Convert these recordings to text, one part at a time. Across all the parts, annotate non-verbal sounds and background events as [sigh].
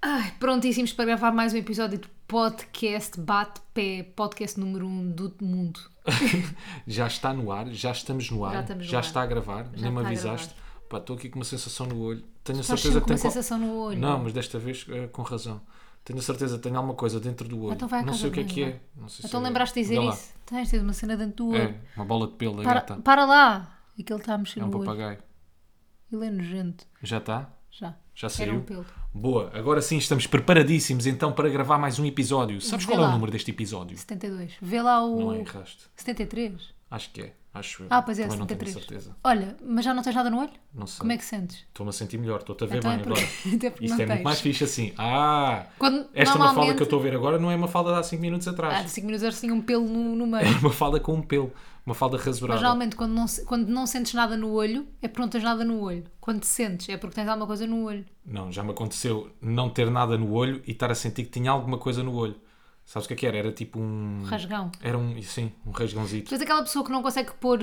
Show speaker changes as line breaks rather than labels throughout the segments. Ai, prontíssimos para gravar mais um episódio do podcast Bate-Pé, podcast número 1 um do mundo.
Já está no ar, já estamos no ar, já,
estamos no ar.
está a gravar,
Já
nem
está
me
a
avisaste.
gravar.
Pá, estou aqui com uma sensação no olho. Tenho a
Estás sempre com
certeza que
uma
tenho. qual-
sensação no olho.
Não, mas desta vez eh, com razão. Tenho a certeza que tenho alguma coisa dentro do olho.
Então vai à
não
casa
sei o que é
de
que
banho,
é. Não sei se
Então
é-
lembraste de dizer
Olha lá.
isso? Tens, tens uma cena dentro do olho.
É, uma bola de pelo da
Para,
gata.
para lá! Aquele está a mexer
É um
no olho.
papagaio.
Ele é nojento.
Já está?
Já.
Já
Era
saiu?
um pelo.
Boa, agora sim estamos preparadíssimos então para gravar mais um episódio. Sabes
Vê
qual é
lá.
o número deste episódio?
72. Vê lá
Não é
o.
erraste.
73?
Acho que é. Acho eu.
Ah, pois é,
Também não
73.
tenho certeza.
Olha, mas já não tens nada no olho?
Não sei.
Como é que sentes?
Estou-me a sentir melhor, estou-te a ver
Então
bem
é porque- [laughs]
agora.
até porque
Isto
não
é muito
tens.
mais fixe assim. Ah!
Quando
Esta
normalmente,
mafalda que eu estou a ver agora não é uma falda de há 5 minutos
Há
atrás.
5 minutos eles tinham um pelo no, no
É
meio.
uma falda com um pelo. Uma falda
Mas
rasurada.
geralmente quando não, se- quando não sentes nada no olho, é porque não tens nada no olho. Quando te sentes, é porque tens alguma coisa no olho.
Não, já me aconteceu não ter nada no olho e estar a sentir que tinha alguma coisa no olho. Sabes o que é que era? Era tipo um.
Rasgão.
Era um. Sim, um rasgãozito.
Tu és aquela pessoa que não consegue pôr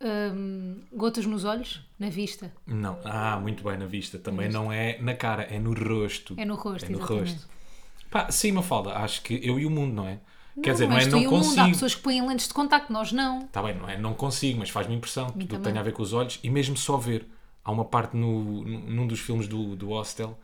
eh, hum, gotas nos olhos, na vista.
Não. Ah, muito bem na vista. Também não é na cara, é no rosto.
É no rosto,
É no
exatamente.
rosto. Pá, sim, Mafalda, acho que eu e o mundo, não é? Quer dizer, não
mas
é
tu
não
e o mundo, há
consigo.
pessoas que põem lentes de contacto, nós não.
Está bem, não é? Não consigo, mas faz-me impressão. Tudo o que
também.
tem a ver com os olhos e mesmo só ver. Há uma parte no, num num dos filmes do, do Hostel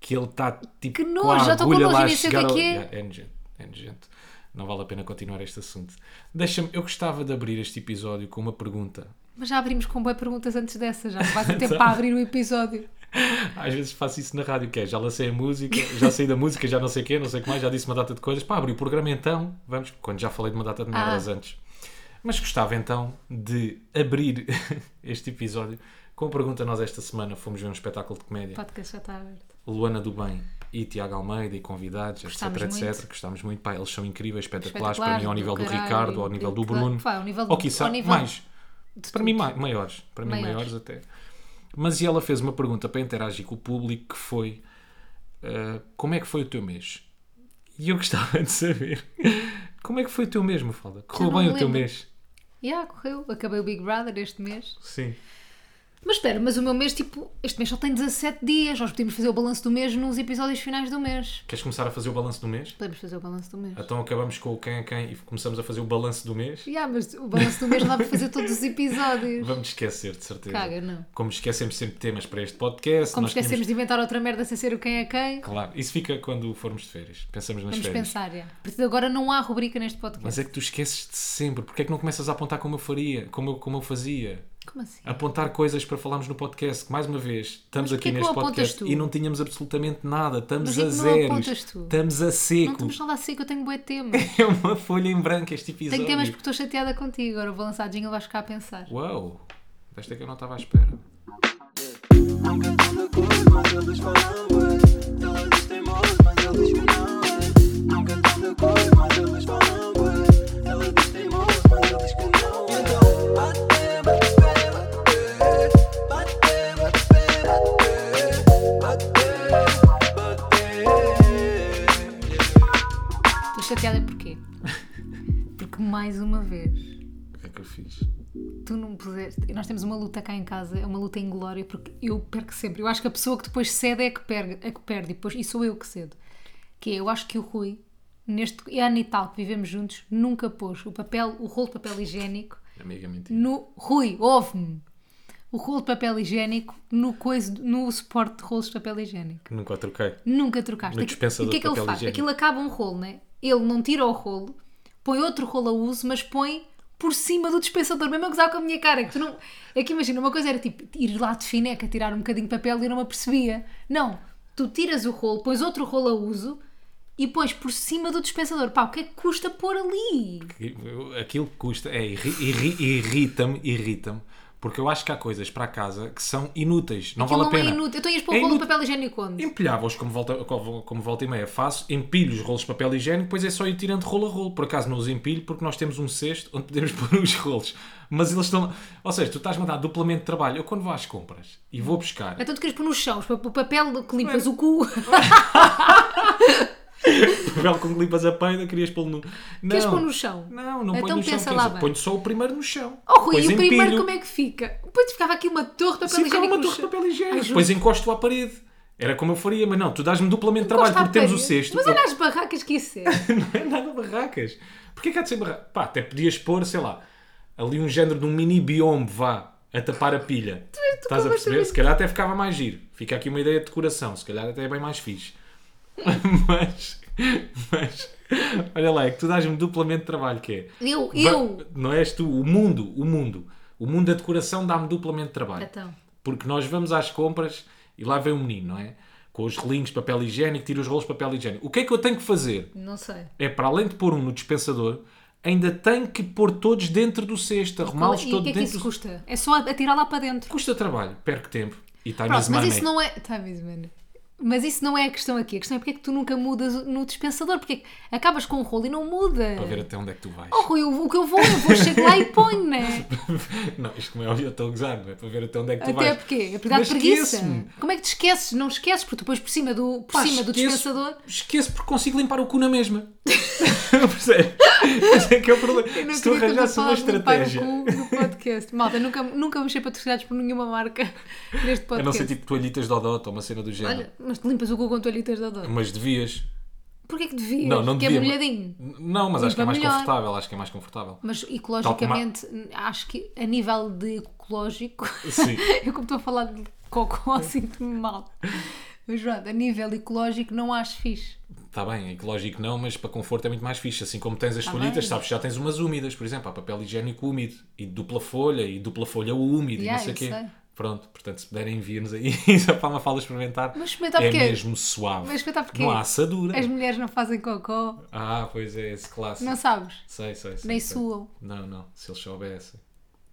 que ele está tipo.
Que nojo,
com a
já estou com
agulha
nojo,
lá
eu
a
nem sei o que
chegar
é
ao-
que é.
Yeah, é nojento, é nojento. Não vale a pena continuar este assunto. Deixa-me, eu gostava de abrir este episódio com uma pergunta.
Mas já abrimos com boas perguntas antes dessa, já não
[laughs]
vai ter tempo para abrir o episódio.
Às vezes faço isso na rádio, que é, já lancei a música, já saí da música, já não sei o quê, não sei o que mais, já disse uma data de coisas. Pá, abri o programa então, vamos, quando já falei de uma data de merdas
Ah.
antes. Mas gostava então de abrir [laughs] este episódio com a pergunta. Nós esta semana fomos ver um espetáculo de
O
comédia,
podcast já está aberto.
Luana do Bem e Tiago Almeida e convidados,
Gostámos
etc,
muito.
etc. Gostámos muito, pá, eles são incríveis, espetaculares, para mim ao
do
nível do,
caralho,
Ricardo, ao nível do
incrível.
Bruno,
Pá, ao nível do-
ou quiçá,
ao nível
mais,
de
para mim
tudo.
mai- maiores, para mim
Maiores.
maiores até. Mas e ela fez uma pergunta para interagir com o público que foi ah, como é que foi o teu mês? E eu gostava de saber [laughs] como é que foi o teu mês, Mafalda? Correu
não
bem
me
o teu
lembro.
mês?
Yeah, correu. Acabei o Big Brother este mês.
Sim.
Mas espera, mas o meu mês, tipo, este mês só tem 17 dias. Nós podemos fazer o balanço do mês nos episódios finais do mês.
Queres começar a fazer o balanço do mês?
Podemos fazer o balanço do mês.
Então acabamos com o quem é quem e começamos a fazer o balanço do
[laughs]
mês?
Yeah, mas [laughs] o balanço do mês não dá para fazer todos os episódios.
Vamos esquecer, de certeza.
Caga, não.
Como esquecemos sempre temas para este podcast.
Como
nós tínhamos-
esquecemos de inventar outra merda sem ser o quem é quem,
Claro, isso fica quando formos de férias. Pensamos nas
vamos
férias.
pensar. Yeah. A partir de agora não há rubrica neste podcast.
Mas é que tu esqueces de sempre. Porquê é que não começas a apontar como eu faria? Como eu, como eu fazia?
Como assim?
Apontar coisas para falarmos no podcast. que, Mais uma vez, estamos
Mas porquê
aqui
é que
neste
não apontas
podcast
tu?
e não tínhamos absolutamente nada. Estamos
Mas é que
a
não
zeros.
apontas tu?
Estamos a
Não
seco.
estamos nada a seco, eu tenho bué [laughs] temas.
[laughs] É uma folha em branco este episódio.
Tenho temas porque estou chateada contigo. Agora vou lançar jingle vais ficar a pensar.
Uau! Desta é que eu não estava à espera.
Não cantam de cor, mas eles falam bué. Ela diz teimoso, mas ele diz que não é. Não cantam de cor, mas eles falam bué. Ela diz teimoso, mas ele diz que não é. Então, bate, bate, bate, bate, bate, bate, bate, bate.
Estou chateada [laughs] porquê? Porque mais uma vez
O que é que eu fiz?
tu não puseste. Nós temos uma luta cá em casa, é uma luta inglória, porque eu perco sempre. Eu acho que a pessoa que depois cede é que perde, é que perde e, depois, e sou eu que cedo. Que é, eu acho que o Rui, neste ano e tal que vivemos juntos, nunca pôs o papel, o rolo de papel higiênico
Amiga, mentira.
no. Rui, ouve-me! O rolo de papel higiênico no, coisa, no suporte de rolos de papel higiênico.
Que nunca a troquei.
Nunca trocaste.
No
E
dispensador
o que é que
de
ele
papel
faz?
higiênico.
Aquilo acaba um rolo, né? Ele não tira o rolo, põe outro rolo a uso, mas põe por cima do dispensador, mesmo a gozar com a minha cara. Que tu não... É que imagina, uma coisa era tipo ir lá de fineca, tirar um bocadinho de papel e eu não me apercebia. Não, tu tiras o rolo, pões outro rolo a uso e pões por cima do dispensador. Pá, o que é que custa pôr ali?
Aquilo que custa é irri- irri- irrita-me, irrita-me, porque eu acho que há coisas para casa que são inúteis, não
Aquilo
vale a pena.
não é inútil. Então ias pôr
É
o rolo de
inútil.
papel higiênico onde?
Empilhava-os como volta, como como volta e meia faço, empilho os rolos de papel higiênico, depois é só ir tirando rolo a rolo. Por acaso não os empilho porque nós temos um cesto onde podemos [laughs] pôr os rolos. Mas eles estão. Ou seja, tu estás-me a dar duplamente trabalho. Eu quando vou às compras e vou buscar.
Então tu queres pôr no chão o papel que limpas o
é.
cu.
papel com que limpas a peida, querias pô-lo no. Não.
Queres pôr no chão?
Não, não
Então
ponho no chão.
pensa
quer
lá
dizer,
bem.
Ponho só o primeiro no chão.
[laughs] Oh Rui,
Depois
e o primeiro
empilho.
como é que fica? Depois ficava aqui uma torre de papel
Sim, ficava
higiênico no
uma torre de
chão.
papel higiênico.
Ai, juro.
Depois encosto à parede. Era como eu faria, mas não, tu dás-me duplamente trabalho
Gosto de
porque temos o
raparigas.
cesto.
Mas olha as barracas que isso é.
[laughs] não é nada barracas. Porquê que há de ser barracas? Pá, até podias pôr, sei lá, ali um género de um mini biombo, vá, a tapar a pilha. Estás a perceber?
completamente-
Se calhar até ficava mais giro. Fica aqui uma ideia de decoração, se calhar até é bem mais fixe. [laughs] mas, mas, olha lá, é que tu dás-me duplamente trabalho, que é...
[laughs] Eu,
Ba-
eu.
Não és tu, o mundo, o mundo. O mundo da decoração dá-me duplamente trabalho.
Então.
Porque nós vamos às compras e lá vem o menino, não é? Com os rolinhos de papel higiênico, tira os rolos de papel higiênico. O que é que eu tenho que fazer?
Não sei.
É para além de pôr um no dispensador, ainda tenho que pôr todos dentro do cesto, arrumá-los
e o
todos
que é que
dentro
isso
do
custa? É só atirar lá para dentro.
Custa trabalho, perco tempo. E time
Pronto,
is
mas
money.
isso não é. Tá mesmo, mano. Mas isso não é a questão aqui. A questão é porque é que tu nunca mudas no dispensador. Porque é que acabas com o rolo e não muda.
Para ver até onde é que tu vais.
Oh, Rui, o o que eu vou, eu vou chego lá e ponho, [laughs] né?
[laughs] não, isto como é óbvio, eu estou a gozar, não é? Para ver até onde é que tu vais.
Até porque é por dar
Mas
preguiça.
esqueço-me.
Como é que te esqueces? Não esqueces, porque depois por cima do, por
Pá,
cima do
esqueço-
dispensador.
Esqueço porque consigo limpar o cu na mesma. [laughs] Percebe? Esse é que é o problema.
Eu não
Se tu
queria estar a
arranjasse uma
falar de limpar
estratégia.
o cu no podcast. Malta, nunca, nunca vos sei patrocinados por nenhuma marca [laughs] neste podcast.
A não ser tipo toalhitas de odota ou uma cena do género.
Olha, mas te limpas o cu com toalhitas de odor.
Mas devias.
Porquê que devias?
Não, não
que é
devia, mas-
molhadinho.
N- Não, mas acho que é
Limpa
mais
melhor.
confortável. Acho que é mais confortável.
Mas ecologicamente, acho que a nível de ecológico,
Sim.
[laughs] eu como estou a falar de [laughs] cocó, sinto-me mal. Mas pronto, a nível ecológico não acho fixe.
Está bem, é que lógico não, mas para conforto é muito mais fixe. Assim como tens as
Tá
folhitas,
bem.
sabes, já tens umas úmidas, por exemplo, há papel higiênico úmido e dupla folha e dupla folha úmida
Yeah,
e não sei o
eu
quê.
sei.
Pronto, portanto, se puderem enviar-nos aí [laughs] só para uma fala experimentar.
Mas experimentar
é
porquê?
mesmo suave.
Mas escuta porque
não há assadura.
as mulheres não fazem cocó,
Ah, pois é, esse clássico.
não sabes?
Sei, sei, sei.
Nem
sei.
suam.
Não, não, se eles soubessem.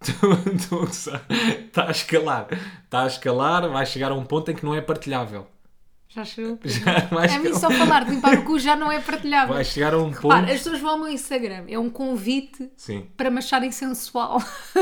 [laughs] Estou a gozar. Está tá a escalar. Está a escalar, vai chegar a um ponto em que não é partilhável. [laughs]
Já chegou.
Já vai
É A mim
chegar- um-
só falar de limpar o cu já não é partilhável.
Vai chegar a um ponto.
Repara, as pessoas vão ao meu Instagram, é um convite
Sim.
para me acharem sensual. [laughs]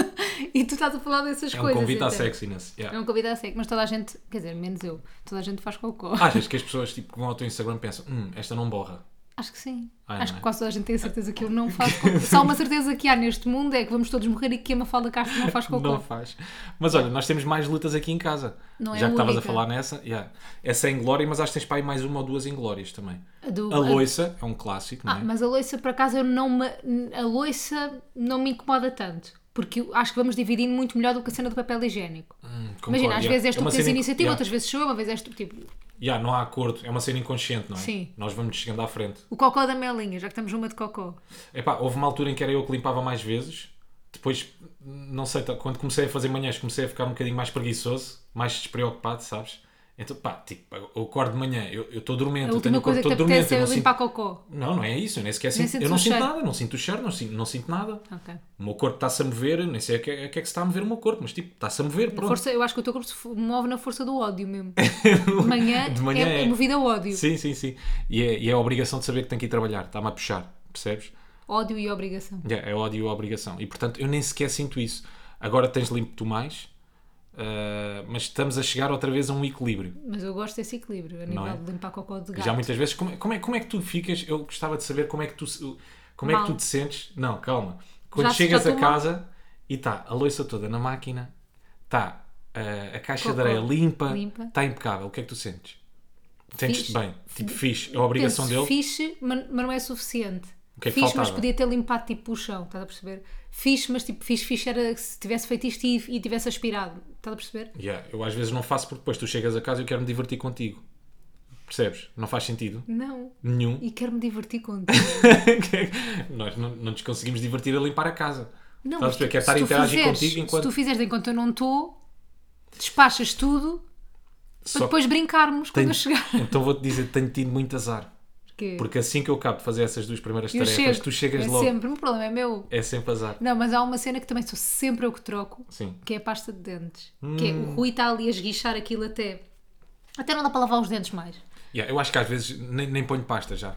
e tu estás a falar dessas
É um
coisas.
convite à
então.
sexiness.
É
Yeah.
um convite à sexo, mas toda a gente, quer dizer, menos eu, toda a gente faz cocó.
Achas que as pessoas tipo, que vão ao teu Instagram e pensam: hum, esta não borra.
Acho que sim.
Ah,
Acho
não é?
que quase toda a gente tem a certeza que eu não faço cocô. Se há uma certeza que há neste mundo é que vamos todos morrer e que a Mafalda Castro não faz cocô.
Não faz. Mas olha, nós temos mais lutas aqui em casa.
é. Não é
Já
a
que estavas a
única.
falar nessa. yeah. Essa é inglória, mas acho que tens para aí mais uma ou duas inglórias também.
A do-
A loiça é um clássico, não
Ah,
é?
mas a loiça, por acaso, eu não me, a loiça não me incomoda tanto. Porque eu acho que vamos dividindo muito melhor do que a cena do papel higiênico.
Ah, Hum,
Imagina, às
É
vezes és tu que tens a iniciativa, outras vezes sou eu, uma vez és tu, tipo,
Ya, não há acordo, é uma cena inconsciente, não é?
Sim.
Nós vamos chegando à frente.
o cocó da Melinha, já que estamos numa de cocó.
Epá, houve uma altura em que era eu que limpava mais vezes. Depois, não sei, tá- quando comecei a fazer manhãs, comecei a ficar um bocadinho mais preguiçoso, mais despreocupado, sabes? Então, pá, tipo, eu acordo de manhã, eu eu estou dormente,
A
eu tenho
última
o corpo
coisa que te
todo dormente.
apetece
Eu
é
não, sinto...
limpar cocó.
não, não é isso, eu nem sequer
Nem
sinto, eu
sentes
não
o
sinto
cheiro.
nada, não sinto o cheiro, não sinto, não sinto nada.
Ok.
O meu corpo está-se a mover, nem sei o que, é- o que é que se está a mover o meu corpo, mas tipo, está-se a mover, pronto.
Força, eu acho que o teu corpo se fo- move na força do ódio mesmo. De manhã,
[laughs] De manhã
é,
é.
é movido a ódio.
Sim, sim, sim. E é, e é a obrigação de saber que tem que ir trabalhar, está-me a puxar, percebes?
Ódio e obrigação.
Yeah, é ódio e obrigação. E portanto, eu nem sequer sinto isso. Agora tens limpo tu mais, ah, mas estamos a chegar outra vez a um equilíbrio.
Mas eu gosto desse equilíbrio, a nível
é?
de limpar cocó de
Já
gato.
muitas vezes, como, é- como é, como é que tu ficas? Eu gostava de saber como é que tu, se- como é que
Mal.
tu te sentes. Não, calma. Quando
Já-
chegas
já
a
estou mal.
casa e está a louça toda na máquina, está a caixa
Cocó.
de areia limpa,
Limpa.
está impecável. O que é que tu sentes? Sentes-te
Fixe.
bem, tipo fixe, é a obrigação
Penso,
dele.
Fixe, mas mas não é suficiente.
que é que
fixe, mas
faltava?
podia ter limpado tipo o chão, estás a perceber? Fixe, mas tipo, fixe, fixe era se tivesse feito isto e, e tivesse aspirado, estás a perceber?
Yeah, eu às vezes não faço porque depois tu chegas a casa e eu quero me divertir contigo. Percebes? Não faz sentido
Não.
nenhum.
[laughs] E quero-me divertir contigo.
Nós não, não nos conseguimos divertir a limpar a casa.
Não, mas
Estás a perceber?
tu-
Quer estar a
se tu
interagir
fizeres-
contigo enquanto.
Se tu fizeres enquanto eu não estou, despachas tudo para
Só que
depois brincarmos quando eu
tenho- [laughs]
chegar.
Então vou-te dizer, tenho tido muito azar.
Porque
Porque assim que eu acabo de fazer essas duas primeiras
eu
tarefas,
chego.
tu chegas
é
logo.
sempre, o problema é meu.
É sempre azar.
Não, mas há uma cena que também sou sempre eu que troco,
Sim. Hum.
que é a pasta de dentes. Que é, o Rui está ali a esguichar aquilo até. Até não dá para lavar os dentes mais.
Yeah, eu acho que às vezes nem, nem ponho pasta já.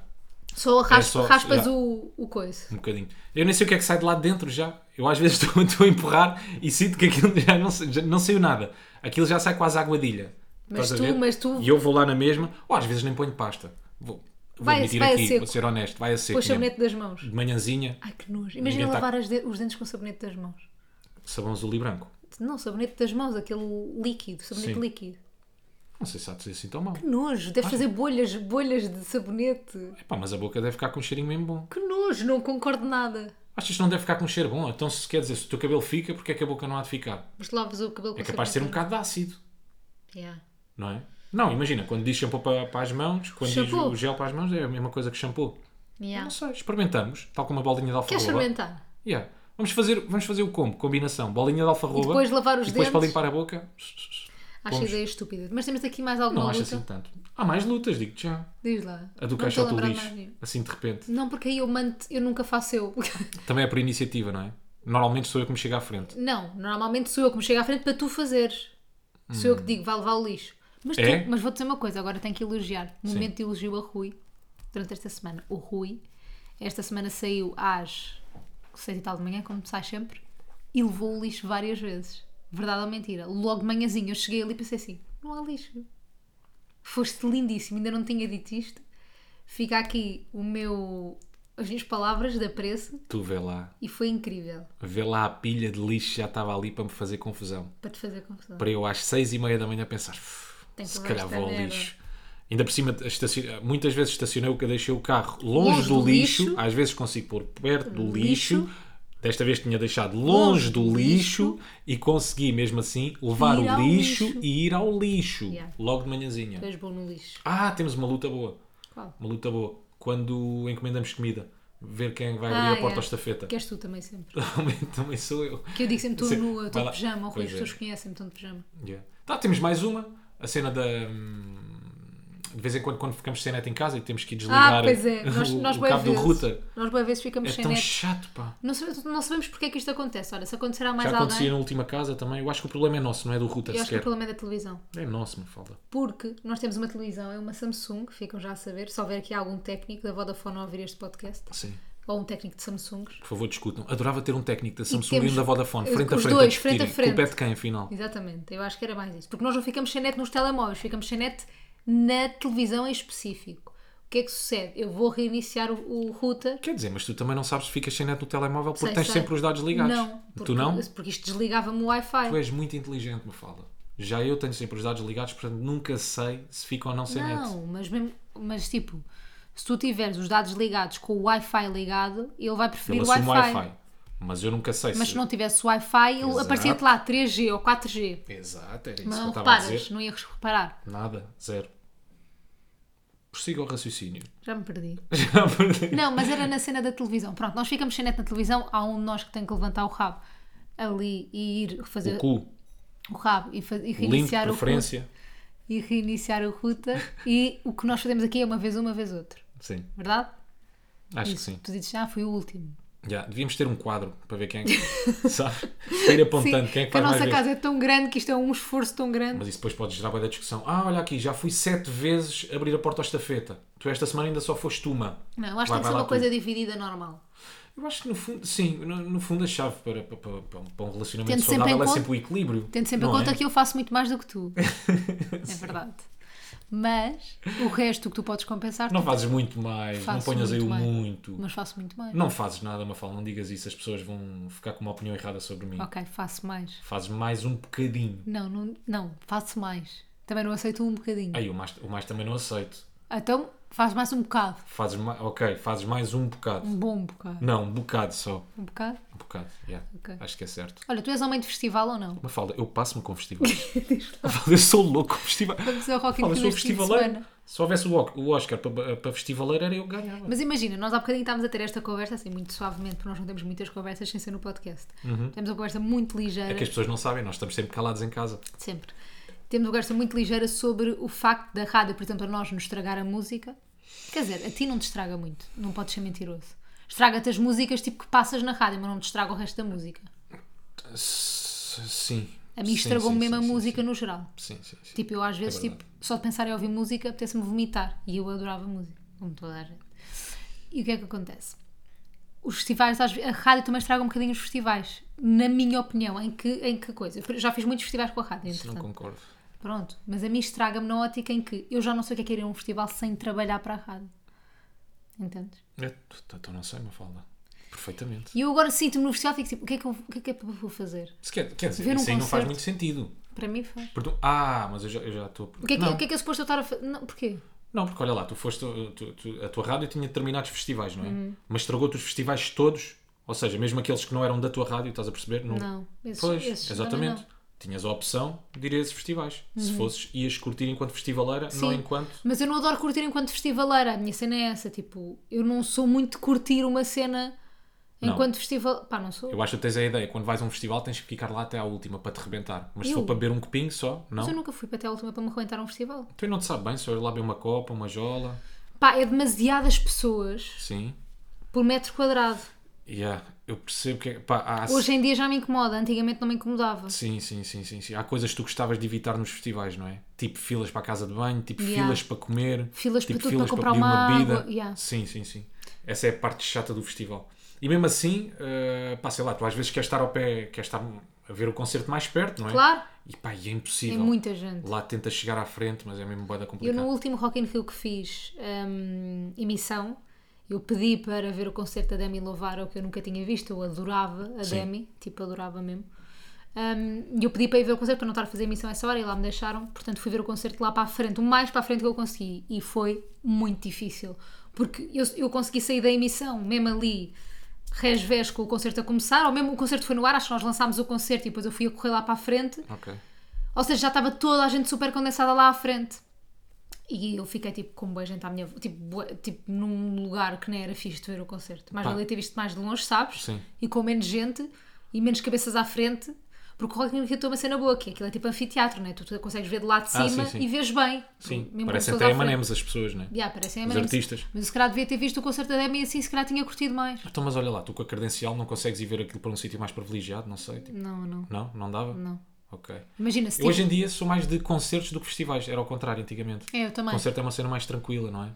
Só, raspa-
É só-
raspas
já.
o, o coice.
Um bocadinho. Eu nem sei o que é que sai de lá de dentro já. Eu às vezes [laughs] estou, estou a empurrar e sinto que aquilo já não, sa- já não saiu nada. Aquilo já sai quase aguadilha.
Mas
Estás a
tu-
ver?
mas tu-
E eu vou lá na mesma. Ou às vezes nem ponho pasta. Vou, vou
Vai a-
admitir
vai a
aqui,
seco.
vou ser honesto. Vai a seco
Põe
mesmo.
sabonete das mãos.
De manhãzinha,
Ai que nojo. Imagina
Ninguém tá-
lavar as de- os dentes com sabonete das mãos.
sabão azul e branco.
Não, sabonete das mãos, aquele líquido, sabonete
Sim.
líquido.
Não sei se há de ser assim tão mal.
Que nojo, deve fazer bolhas, bolhas de sabonete.
Epá, mas a boca deve ficar com um cheirinho mesmo bom.
Que nojo, não concordo nada.
Achas que não deve ficar com um cheiro bom? Então, se quer dizer, se o teu cabelo fica, porque é que a boca não há de ficar?
Mas lavas o cabelo com
É capaz de ser um
sabonete.
bocado de ácido,
Yeah.
não é? Não, imagina, quando diz shampoo para, para as mãos, quando
Shampoo.
diz o gel para as mãos, é a mesma coisa que shampoo.
Yeah.
Não sei, experimentamos, tal como a bolinha de
Queres
alfarroba.
experimentar?
Yeah. Vamos fazer, vamos fazer o combo, combinação, bolinha de alfarroba.
E depois lavar os
e depois
dentes?
para limpar a boca.
Acho a
Vamos.
ideia estúpida. Mas temos aqui mais alguma
Não
luta.
acho assim tanto. Há mais lutas, digo-te já.
Diz lá.
A do
Não me estou a
caixote do
lembrar
lixo,
mais nenhuma.
assim de repente.
Não, porque aí eu mando, eu nunca faço eu. [laughs]
Também é por iniciativa, não é? Normalmente sou eu que me chego à frente.
Não, normalmente sou eu que me chego à frente para tu fazeres. Sou eu que digo, vai levar o lixo. Mas, tu-
É?
mas vou dizer uma coisa, agora tenho que elogiar. No momento de elogio a Rui, durante esta semana. O Rui, esta semana saiu às seis e tal de manhã, como sai sempre, e levou o lixo várias vezes. Verdade ou mentira? Logo de manhãzinho eu cheguei ali e pensei assim: não há lixo. Foste lindíssimo, ainda não tinha dito isto. Fica aqui o meu, as minhas palavras de apreço
Tu vê lá,
e foi incrível
vê lá a pilha de lixo já estava ali para me fazer confusão.
para te fazer confusão.
Para eu às seis e meia da manhã pensar, "Uf,
Tem que
se
levar
calhar
esta
vou ao
merda."
lixo. Ainda por cima, estacion- muitas vezes estacionei o que deixei o carro longe,
Longe
do
do
lixo.
lixo.
às vezes consigo pôr perto do
Lixo.
lixo. Desta vez tinha deixado longe do
do
lixo, e consegui mesmo assim levar
Ir ao
o lixo,
lixo.
e ir ao lixo
Yeah.
logo de manhãzinha.
Tu és bom no lixo.
Ah, temos uma luta boa.
Qual?
Uma luta boa. Quando encomendamos comida, ver quem é vai
Ah,
abrir a
yeah.
porta ao estafeta.
Que és tu também sempre.
[laughs] Também, também sou eu.
Que eu digo sempre estou
Sim,
nua, estou
vai
de
lá.
pijama, ou Rui,
Pois
as
é.
pessoas conhecem-me, estou de pijama.
Yeah. Tá, temos mais uma. A cena da. hum, De vez em quando, quando ficamos sem net em casa e temos que ir desligar
ah, pois é, nós,
o,
nós
o
bué
cabo do
vezes.
router.
Nós boas vezes ficamos
É
sem
tão
net.
chato, pá.
Não sabemos, não sabemos porque é que isto acontece. Olha, se acontecer a mais
Já acontecia
alguém,
na última casa também. Eu acho que o problema é nosso, não é do router
eu acho que o
sequer.
problema é da televisão.
É nosso, me falta.
Porque nós temos uma televisão, é uma Samsung, ficam já a saber, se houver aqui algum técnico da Vodafone a ouvir este podcast,
Sim.
ou um técnico de Samsung.
Por favor, discutam. Adorava ter um técnico da Samsung e,
temos
um da Vodafone,
os-
frente a
os
frente. a
dois, frente a
discutirem. Culpa é
frente.
de quem, afinal?
Exatamente, eu acho que era mais isso. Porque nós não ficamos sem net nos telemóveis, ficamos sem net na televisão em específico. O que é que sucede? Eu vou reiniciar o, o router.
Quer dizer, mas tu também não sabes se ficas sem net no telemóvel porque
Sei,
tens
sei.
sempre os dados ligados.
Não, porque,
Tu não?
Porque isto desligava-me o Wi-Fi.
Tu és muito inteligente, me fala. Já eu tenho sempre os dados ligados, portanto nunca sei se fica ou não sem net.
Não, mas, mesmo, mas tipo, se tu tiveres os dados ligados com o Wi-Fi ligado, ele vai preferir
Ele
o
assume
Wi-Fi.
o Wi-Fi. Mas eu nunca sei
Mas
se.
se não tivesse o Wi-Fi, ele
Exato.
aparecia-te lá 3G ou 4G.
Exato, era isso
Mas
que eu
não
estava a
reparas,
dizer.
não ias reparar.
Nada, zero. Prossiga o raciocínio.
Já me perdi.
Já perdi.
Não, mas era na cena da televisão. Pronto, nós ficamos sem net na televisão, há um de nós que tem que levantar o rabo ali e ir fazer
O cu,
o rabo e, fa- e
link,
reiniciar o router,
preferência.
e reiniciar o router e o que nós fazemos aqui é uma vez uma vez outro,
Sim,
verdade?
acho
Isso,
que sim.
Tu dizes, ah, foi o último.
Já, devíamos ter um quadro para ver quem é que. [laughs] sabe? Para ir apontando quem é que
a
faz mais
nossa
vezes.
casa é tão grande que isto é um esforço tão grande.
Mas isso depois pode gerar da discussão. Ah, olha aqui, já fui sete vezes abrir a porta ao estafeta. Tu esta semana ainda só foste uma.
Não, eu acho
Vai-
que tem que
vai
ser
lá
uma
tu.
coisa dividida normal.
Eu acho que no fundo, sim, no, no fundo a chave para, para, para- para um- para um relacionamento
Tendo sempre em
saudável é
conta-
sempre o equilíbrio.
Tendo sempre em
não
conta
é?
que eu faço muito mais do que
[laughs]
tu. é verdade. Mas o resto que tu podes compensar,
Não
tu-
fazes muito mais, não
Faço
ponhas aí o
muito mais.
muito.
mas faço muito mais.
Não fazes nada, Mafalda, não digas isso, as pessoas vão ficar com uma opinião errada sobre mim.
Ok, faço mais.
Fazes mais um bocadinho.
Não, não, não, faço mais. Também não aceito um bocadinho.
Aí o mais, o mais também não aceito.
Então faz mais um bocado.
Fazes mais, ok, fazes mais um bocado.
Um bom bocado.
Não, um bocado só.
Um bocado?
Um bocado, yeah.
Ok.
acho que é certo.
Olha, tu és homem de festival ou não?
Mafalda, eu passo-me com
[laughs]
festivais. Mafalda, eu sou louco com festivais.
Vamos ao Rock in
Mafalda, eu
Rio
sou um
este fim de
festivaleiro.
semana.
Se houvesse o Oc- o Oscar para, para festivaleiro, era eu que ganhava.
Mas imagina, nós há bocadinho estávamos a ter esta conversa, assim, muito suavemente, porque nós não temos muitas conversas sem ser no podcast. Temos uma conversa muito ligeira.
Uhum. É que as pessoas não sabem, nós estamos sempre calados em casa.
Sempre. Temos uma conversa muito ligeira sobre o facto da rádio, por exemplo, a nós nos estragar a música. Quer dizer, a ti não te estraga muito, não podes ser mentiroso. Estraga-te as músicas tipo que passas na rádio, mas não te estraga o resto da música.
S- Sim.
A mim
Sim,
estragou-me
sim,
mesmo a
sim, sim,
música no geral.
Sim, sim, sim.
Tipo, eu às vezes, tipo,
É verdade.
só de pensar em ouvir música, apetece-me vomitar. E eu adorava música, como toda a gente. E o que é que acontece? Os festivais, às ve- a rádio também estraga um bocadinho os festivais. Na minha opinião, em que, em que coisa? Eu já fiz muitos festivais com a rádio,
Não
entretanto.
concordo.
Pronto, mas a mim estraga-me na ótica em que eu já não sei o que é, que é ir a um festival sem trabalhar para a rádio. Entendes?
É, Então não sei, Mafalda. Perfeitamente.
E eu agora sinto-me no festival e fico tipo, o que é que eu o que é que eu vou fazer?
Se quer, quer dizer,
Ver um
isso aí não faz
concerto.
muito sentido.
Para mim faz.
Porque tu- ah, mas eu já, eu já estou.
O que, é que,
não,
o que é que é suposto eu estar a fazer? Não, porquê?
não, porque olha lá, tu foste. uh, tu- tu- a tua rádio tinha determinados festivais, não é?
Uhum.
Mas estragou-te os festivais todos, ou seja, mesmo aqueles que não eram da tua rádio, estás a perceber? Não.
Não, esses-
pois,
esses
exatamente.
também Uhum.
Tinhas a opção de ir a esses festivais. Se fosses, ias curtir enquanto festivaleira, não
Sim.
enquanto.
Mas eu não adoro curtir enquanto festivaleira. A minha cena é essa. Tipo, eu não sou muito de curtir uma cena
Não.
enquanto festival. Pá, não sou.
Eu acho que tu tens a ideia, quando vais a um festival tens que ficar lá até à última para te rebentar. Mas se
Eu?
for para beber um copinho só, não.
Mas eu nunca fui para até a última para me arrebentar a um festival.
Tu não te sabe bem, só ir lá beber uma copa, uma jola.
Pá, é demasiadas pessoas
Sim.
por metro quadrado.
Yeah, eu percebo que é. Pá, há...
Hoje em dia já me incomoda. Antigamente não me incomodava.
Sim, sim, sim, sim, sim. Há coisas que tu gostavas de evitar nos festivais, não é? Tipo filas para a casa de banho, tipo
Yeah.
filas para comer,
Filas
tipo
para tudo, para comprar uma água, yeah.
Sim, sim, sim. Essa é a parte chata do festival. E mesmo assim, eh, pá, sei lá, tu às vezes queres estar ao pé, queres estar a ver o concerto mais perto, não é?
Claro.
E pá, e é
É
impossível.
muita gente.
Lá tentas chegar à frente, mas é mesmo boeda
Eu
complicada.
no último Rock in Rio que fiz hum, emissão, eu pedi para ver o concerto da Demi Lovato, que eu nunca tinha visto, eu adorava a
Sim.
Demi, tipo, adorava mesmo. Hum, E eu pedi para ir ver o concerto, para não estar a fazer emissão a essa hora, e lá me deixaram, portanto fui ver o concerto lá para a frente, o mais para a frente que eu consegui, e foi muito difícil, porque eu, eu consegui sair da emissão, mesmo ali, resvés com o concerto a começar, ou mesmo o concerto foi no ar, acho que nós lançámos o concerto e depois eu fui a correr lá para a frente,
Ok.
ou seja, já estava toda a gente super condensada lá à frente. E eu fiquei tipo com boa gente à minha tipo, bué- tipo num lugar que nem era fixe de ver o concerto. Mais
Pá.
valia ter visto mais de longe, sabes?
Sim.
E com menos gente e menos cabeças à frente. Porque o Rock in Rio tem uma cena boa, que aquilo é tipo anfiteatro, né? Tu, tu consegues ver de lá de
Ah,
cima
sim, sim.
e vês bem.
Sim,
Mesmo com
parecem
pessoas
até
à frente.
Emanemes as pessoas, não é?
Yeah, parecem
Os
Emanems.
artistas.
Mas eu se calhar devia ter visto o concerto da Demi assim, se calhar tinha curtido mais.
Então, mas olha lá, tu com a credencial não consegues ir ver aquilo para um sítio mais privilegiado, não sei. tipo,
Não, não,
Não? Não dava?
não.
Ok.
Imagina se
Eu hoje
tipo,
em dia sou mais de concertos do que festivais, era ao contrário antigamente.
É, eu também.
Concerto é uma cena mais tranquila, não é?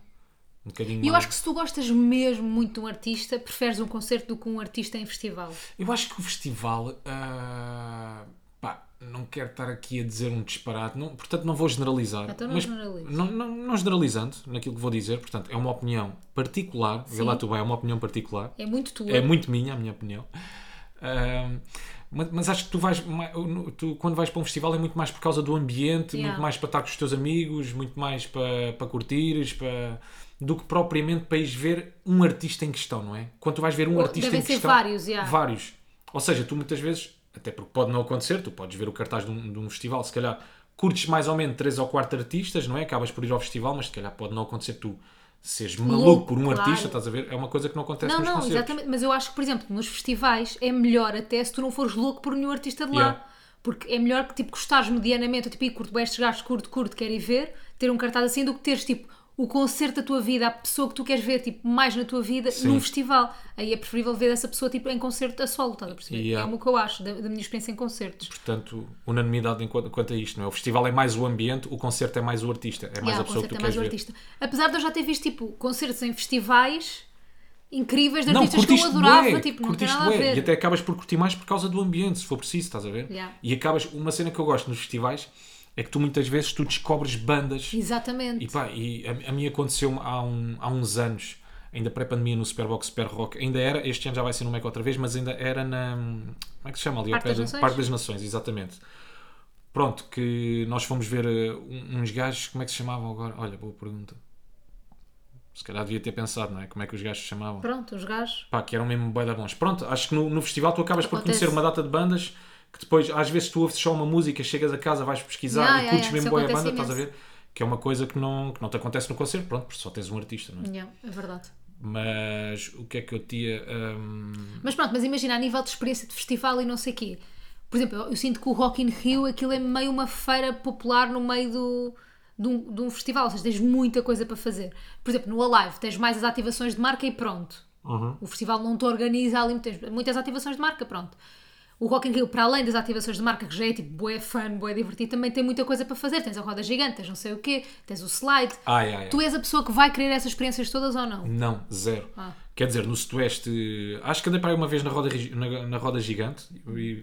Um bocadinho
E eu
mais-
acho que se tu gostas mesmo muito de um artista, preferes um concerto do que um artista em festival.
Eu acho que o festival. ah, pá, não quero estar aqui a dizer um disparate, não- portanto não vou generalizar.
Então não
mas
generaliza.
não, não- não generalizando naquilo que vou dizer, portanto é uma opinião particular, vê lá tu bem, é uma opinião particular.
É muito tua.
É muito minha, a minha opinião. Ahm, mas, mas acho que tu vais mai- no- tu, quando vais para um festival é muito mais por causa do ambiente,
Yeah.
muito mais para estar com os teus amigos, muito mais para, para curtires, para, do que propriamente para ires ver um artista em questão, não é? Quando tu vais ver um
Ou-
artista
devem
em
ser
questão.
vários, yeah.
vários. Ou seja, tu muitas vezes, até porque pode não acontecer, tu podes ver o cartaz de um, de um festival, se calhar curtes mais ou menos três ou quatro artistas, não é? Acabas por ir ao festival, mas se calhar pode não acontecer tu seres maluco
Louco,
por um
claro.
artista, estás a ver? É uma coisa que não acontece
não,
nos
não,
concertos.
exatamente. Mas eu acho que, por exemplo, nos festivais é melhor até se tu não fores louco por nenhum artista de lá.
Yeah.
Porque é melhor que tipo gostares medianamente, ou tipo, "Ih, curto bem estes gajos, curto, curto, quero ir ver, ter um cartaz assim, do que teres tipo o concerto da tua vida, a pessoa que tu queres ver tipo, mais na tua vida,
Sim.
num festival. Aí é preferível ver essa pessoa tipo, em concerto a solo, estás a perceber?
Yeah.
É o que eu acho, da, da minha experiência em concertos.
Portanto, unanimidade enquanto- quanto a isto, não é? O festival é mais o ambiente, o concerto é mais o artista, é mais
Yeah,
a pessoa
concerto
que tu
é
queres
mais o
ver.
artista. Apesar de eu já ter visto tipo, concertos em festivais incríveis de
Não,
artistas que eu
curtiste
adorava,
bué,
tipo, não tem
curtiste
nada a
bué,
ver.
E até acabas por curtir mais por causa do ambiente, se for preciso, estás a ver?
Yeah.
E acabas, uma cena que eu gosto nos festivais é que tu muitas vezes tu descobres bandas
Exatamente.
E pá, e a, a mim aconteceu há, um- há uns anos, ainda pré-pandemia, no Superbox Super Rock. Ainda era, este ano já vai ser no Meca outra vez, mas ainda era na. Como é que se chama ali? ao
Parque
pé
das
do-
Nações?
Parque das Nações, exatamente. Pronto, que nós fomos ver eh, um- uns gajos, como é que se chamavam agora? Olha, boa pergunta. Se calhar devia ter pensado, não é? Como é que os gajos se chamavam?
Pronto, os gajos.
Pá, que eram mesmo bué da bons. Pronto, acho que no, no festival tu acabas por
Acontece.
conhecer uma data de bandas que depois, às vezes, tu ouves só uma música, chegas a casa, vais pesquisar
Yeah,
e
yeah,
curtes
yeah,
mesmo
isso
bué a banda,
acontece
estás a ver? Que é uma coisa que não, que não te acontece no concerto, pronto, porque só tens um artista, não é?
Yeah, é verdade.
Mas o que é que eu tinha. hum,
Mas pronto, mas imagina, a nível de experiência de festival e não sei quê. Por exemplo, eu, eu sinto que o Rock in Rio, aquilo é meio uma feira popular no meio do, de, um, de um festival. Ou seja, tens muita coisa para fazer. Por exemplo, no Alive, tens mais as ativações de marca e pronto. O festival não te organiza ali, tens muitas ativações de marca, pronto. O Rock in Rio, para além das ativações de marca, que já é tipo bué fun, bué divertido, também tem muita coisa para fazer. Tens a roda gigante, tens não sei o quê, tens o slide.
Ai, ai, ai.
Tu és a pessoa que vai querer essas experiências todas ou não?
Não, zero.
Ah.
Quer dizer, no Sudoeste, acho que andei para aí uma vez na roda, regi- na, na roda gigante e,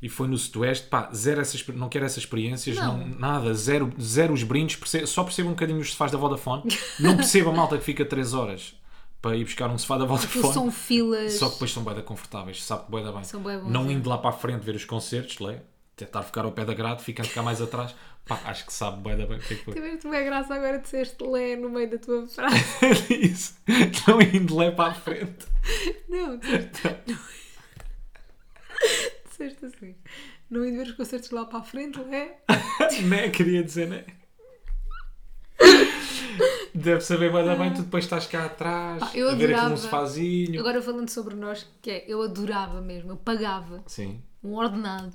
e foi no Sudoeste, pá, zero essas, exper- não quero essas experiências, não.
Não.
nada, zero, zero os brindes, perce- só percebo um bocadinho os sofás da Vodafone, não percebo a malta que fica 3 horas para ir buscar um sofá da
Aquilo
Vodafone.
são filas.
Só que depois são boeda confortáveis, sabe boeda bem.
São bué bons,
não
é.
indo lá para a frente ver os concertos, lê, tentar ficar ao pé da grade, ficando cá mais atrás, pá, acho que sabe boeda bem o que é que foi.
Tiveste uma graça agora de seres lé no meio da tua [laughs] frase.
[laughs] Isso. Não indo lé para a frente.
Não, disseste. Não. Disseste assim. Não indo ver os concertos lá para a frente, lé.
[laughs] Né? Queria dizer, né? Deve saber boeda bem, tu depois estás cá atrás,
Pá, Ah, eu
a ver aqui
adorava.
um sofazinho.
Agora falando sobre nós, que é, eu adorava mesmo, eu pagava
Sim.
um ordenado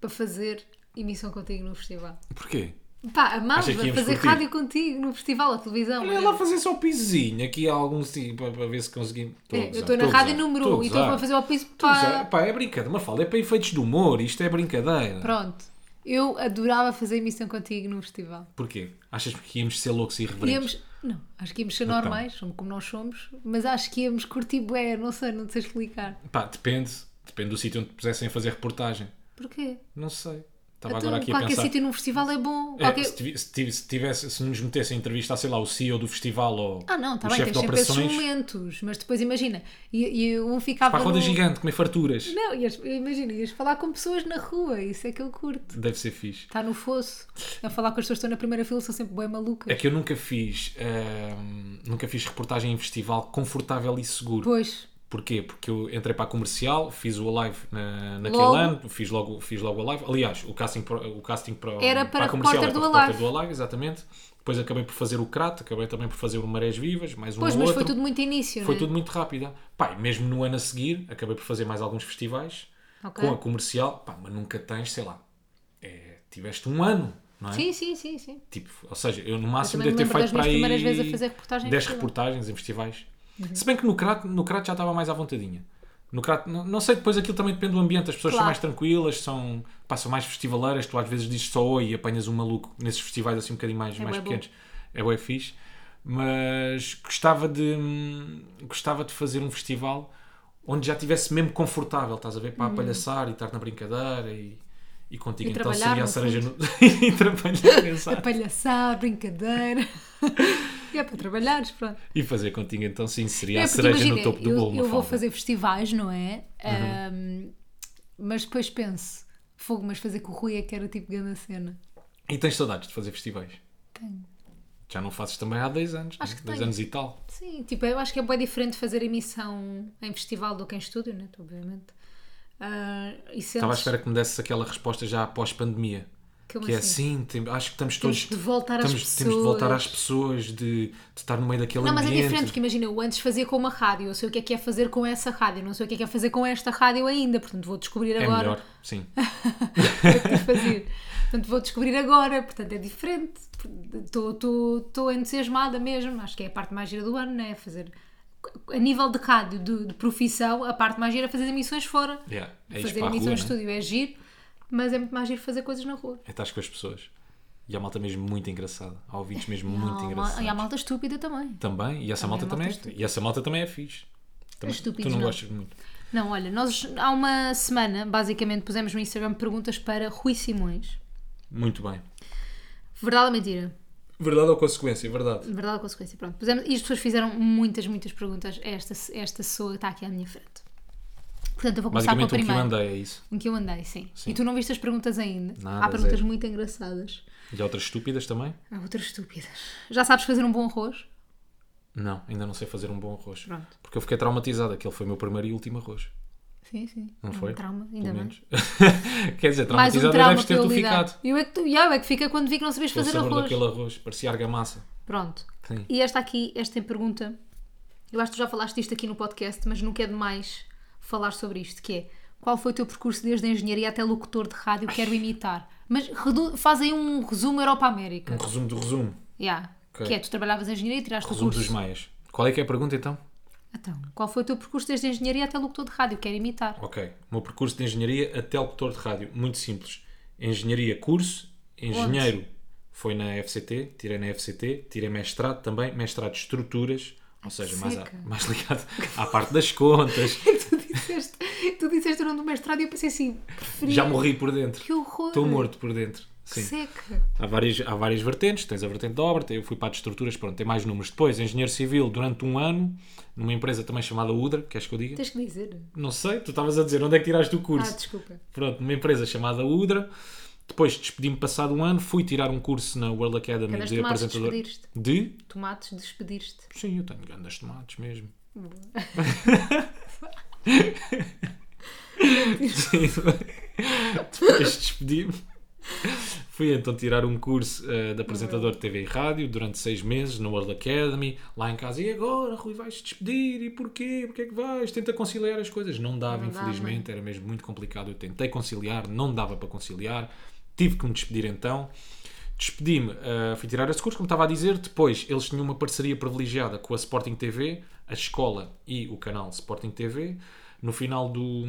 para fazer emissão contigo no festival.
Porquê?
Pá, amava
Achas que
fazer
íamos curtir?
rádio contigo no festival, a televisão. é?
Olha lá fazer só o pisozinho aqui há alguns tipo, para- para ver se conseguimos. Tô a
É, eu
gozar,
estou na
tô a
rádio
gozar,
número 1 e estou
gozar,
a fazer o piso
tô a gozar.
para.
Pá, é brincadeira, uma fala, é para efeitos de humor, isto é brincadeira.
Pronto. Eu adorava fazer emissão contigo no festival.
Porquê? Achas que íamos ser loucos e irreverentes?
Íamos, não, acho que íamos ser
Então.
normais, somos como nós somos, mas acho que íamos curtir bué, não sei, não sei explicar.
Pá, depende. Depende do sítio onde te pusessem a fazer reportagem.
Porquê?
Não sei. Estava
Então,
agora aqui a
qualquer
pensar.
sítio num festival é bom.
É,
Qualquer...
se, tivi- se tivi- se tivesse, se nos metessem a entrevistar, sei lá, o CEO do festival ou
Ah, não, está
o
bem,
chefe
tens
de
sempre esses
operações,
momentos, mas depois imagina, e, e um ficava.
para a roda é
no-
gigante, comer farturas.
Não, ias- imagina, ias falar com pessoas na rua, isso é que eu curto.
Deve ser fixe.
Está no fosso. A falar com as pessoas que estão na primeira fila são sempre bem malucas.
É que eu nunca fiz, hum, nunca fiz reportagem em festival confortável e seguro.
Pois,
Porquê? Porque eu entrei para a comercial, fiz o live na, naquele
Logo.
ano, fiz logo, fiz logo a live. Aliás, o casting para o, casting para, o-
Era para
a comercial
repórter do
para repórter
Alive.
do Alive, exatamente. Depois acabei por fazer o Crato, acabei também por fazer o Marés Vivas, mais um
pois
ou
mas foi
outro.
tudo muito início,
Foi
né?
tudo muito rápido. Pá, e mesmo no ano a seguir, acabei por fazer mais alguns festivais
Ok.
com a comercial, pá, mas nunca tens, sei lá, é, tiveste um ano, não é?
Sim, sim, sim, sim.
Tipo, ou seja, eu no máximo
também me
devo ter
lembro
feito
das
para
minhas
aí
primeiras vezes a fazer reportagens Uhum. em
10
festival.
reportagens em festivais. Se bem que no Crato, no Crato já estava mais à vontadinha. No Crato, não, não sei, depois aquilo também depende do ambiente. As pessoas
Claro.
são mais tranquilas, são, pá, são mais festivaleiras. Tu às vezes dizes só oi e apanhas um maluco nesses festivais assim um bocadinho mais, mais
bué bom.
pequenos. É bué fixe. Mas gostava de, hum, gostava de fazer um festival onde já estivesse mesmo confortável, estás a ver? Para palhaçar e estar na brincadeira e, e contigo.
Uhum. E
então
trabalhar,
seria a
no
cereja no... [laughs] e trabalhar, exato.
A palhaçada,
[laughs]
brincadeira. e é para trabalhares, pronto.
E fazer contigo então sim seria a
É, porque
cereja
imagina,
no topo do
eu,
bolo. Uhum.
eu vou
Mafalda.
fazer festivais, não é? Ahm, mas depois penso, fogo, mas fazer com o Rui é que era tipo grande cena.
E tens saudades de fazer festivais?
Tenho.
Já não fazes também há 10 anos,
Acho
né?
que
10
tenho.
anos e tal.
Sim, tipo, eu acho que é bem diferente fazer emissão em festival do que em estúdio, né? Obviamente. Ah, e sentes
Estava à espera que me desses aquela resposta já após pandemia.
Como
que é
assim?
assim, tem- acho que estamos
Temos
todos.
de voltar às
estamos- Temos de voltar
pessoas.
às pessoas, de, de estar no meio daquele
Não, mas
ambiente.
é diferente, porque imagina, eu antes fazia com uma rádio, eu sei o que é que é fazer com essa rádio, não sei o que é que é fazer com esta rádio ainda, portanto vou descobrir
É
agora
melhor,
[laughs]
sim.
o que é que fazer. Portanto vou descobrir agora, portanto é diferente. Estou entusiasmada mesmo, acho que é a parte mais gira do ano, né? Fazer a nível de rádio, de, de profissão, a parte mais gira é fazer emissões fora.
Yeah, É isto
fazer
para a rua.
emissões de
Né?
estúdio é giro, mas é muito mais giro fazer coisas na rua.
É estás com as pessoas. E há malta mesmo muito engraçada. Há ouvintes mesmo
E há
muito
mal-
engraçada.
E há malta estúpida também.
Também, e
Também
essa malta
há malta
também é,
estúpida.
e essa malta também é fixe. Também, tu
estúpidos
não,
não.
gostas muito.
Não, olha, nós há uma semana, basicamente, pusemos no Instagram perguntas para Rui Simões.
Muito bem.
Verdade ou mentira?
Verdade ou consequência? é Verdade.
Verdade ou consequência? Pronto. Pusemos, e as pessoas fizeram muitas, muitas perguntas a esta, a esta pessoa que está aqui à minha frente. Portanto, eu vou começar pela
Basicamente o que eu
primeira. Um
andei é isso.
Em que eu andei, sim.
Sim.
E tu não viste as perguntas ainda.
Nada,
Há perguntas
zero.
muito engraçadas.
E há outras estúpidas também?
Há outras estúpidas. Já sabes fazer um bom arroz?
Não, ainda não sei fazer um bom arroz.
Pronto.
Porque eu fiquei traumatizado. Aquele foi o meu primeiro e último arroz.
Sim, sim.
Não
É um
foi?
Trauma,
Pelo
ainda bem.
menos. [laughs] Quer dizer,
Mais um
traumatizado
trauma
deves
para
ter
eu
tu
lidar.
ficado.
Eu é que, tu, yeah, eu é que fica quando vi que não sabias
O
fazer
sabor
arroz.
daquele arroz. Parecia argamassa.
Pronto.
Sim.
E esta aqui, esta pergunta, eu acho que tu já falaste disto aqui no podcast, mas nunca é demais falar sobre isto, que é qual foi o teu percurso desde a engenharia até locutor de rádio, quero imitar. Mas redu- faz aí um resumo Europa-América.
Um resumo do resumo.
Yeah.
Ok.
Que é, tu trabalhavas em engenharia e tiraste
Resumo
o curso.
dos maias. Qual é que é a pergunta então?
Então, qual foi o teu percurso desde a engenharia até locutor de rádio, quero imitar.
Ok. O meu percurso de engenharia até locutor de rádio. Muito simples. Engenharia, curso. Engenheiro foi na FCT. Tirei na FCT. Tirei mestrado também. Mestrado de estruturas. Ou seja, mais, à-
seca.
mais [laughs] ligado à parte
[laughs]
das contas.
[laughs] tu, disseste, tu disseste o nome do mestrado e eu pensei assim, preferia...
Já morri por dentro.
Que horror.
Estou morto por dentro.
Que
Sim.
seca.
Há várias, há várias vertentes, tens a vertente da obra, tem- eu fui para as estruturas, pronto, tem mais números. Depois, engenheiro civil, durante um ano, numa empresa também chamada UDRA, queres que eu diga?
Tens que dizer.
Não sei, tu estavas a dizer, onde é que tiraste o
Ah,
curso?
desculpa.
Pronto, numa empresa chamada UDRA. Depois despedi-me passado um ano, fui tirar um curso na World Academy
Andas
de
tomates,
apresentador.
despediste.
De?
Tomates, despediste.
Sim, eu tenho grandes tomates
[laughs]
mesmo. Sim. Depois despedi-me. Fui então tirar um curso eh, de apresentador de TV e rádio durante seis meses na World Academy, lá em casa. E agora, Rui, vais te despedir? E porquê? Porquê é que vais? Tenta conciliar as coisas. Não dava,
Não dava.
infelizmente, era mesmo muito complicado. Eu tentei conciliar, não dava para conciliar. Tive que me despedir então. Despedi-me, eh, fui tirar esse curso, como estava a dizer. Depois, eles tinham uma parceria privilegiada com a Sporting TV, a escola e o canal Sporting TV. No final do,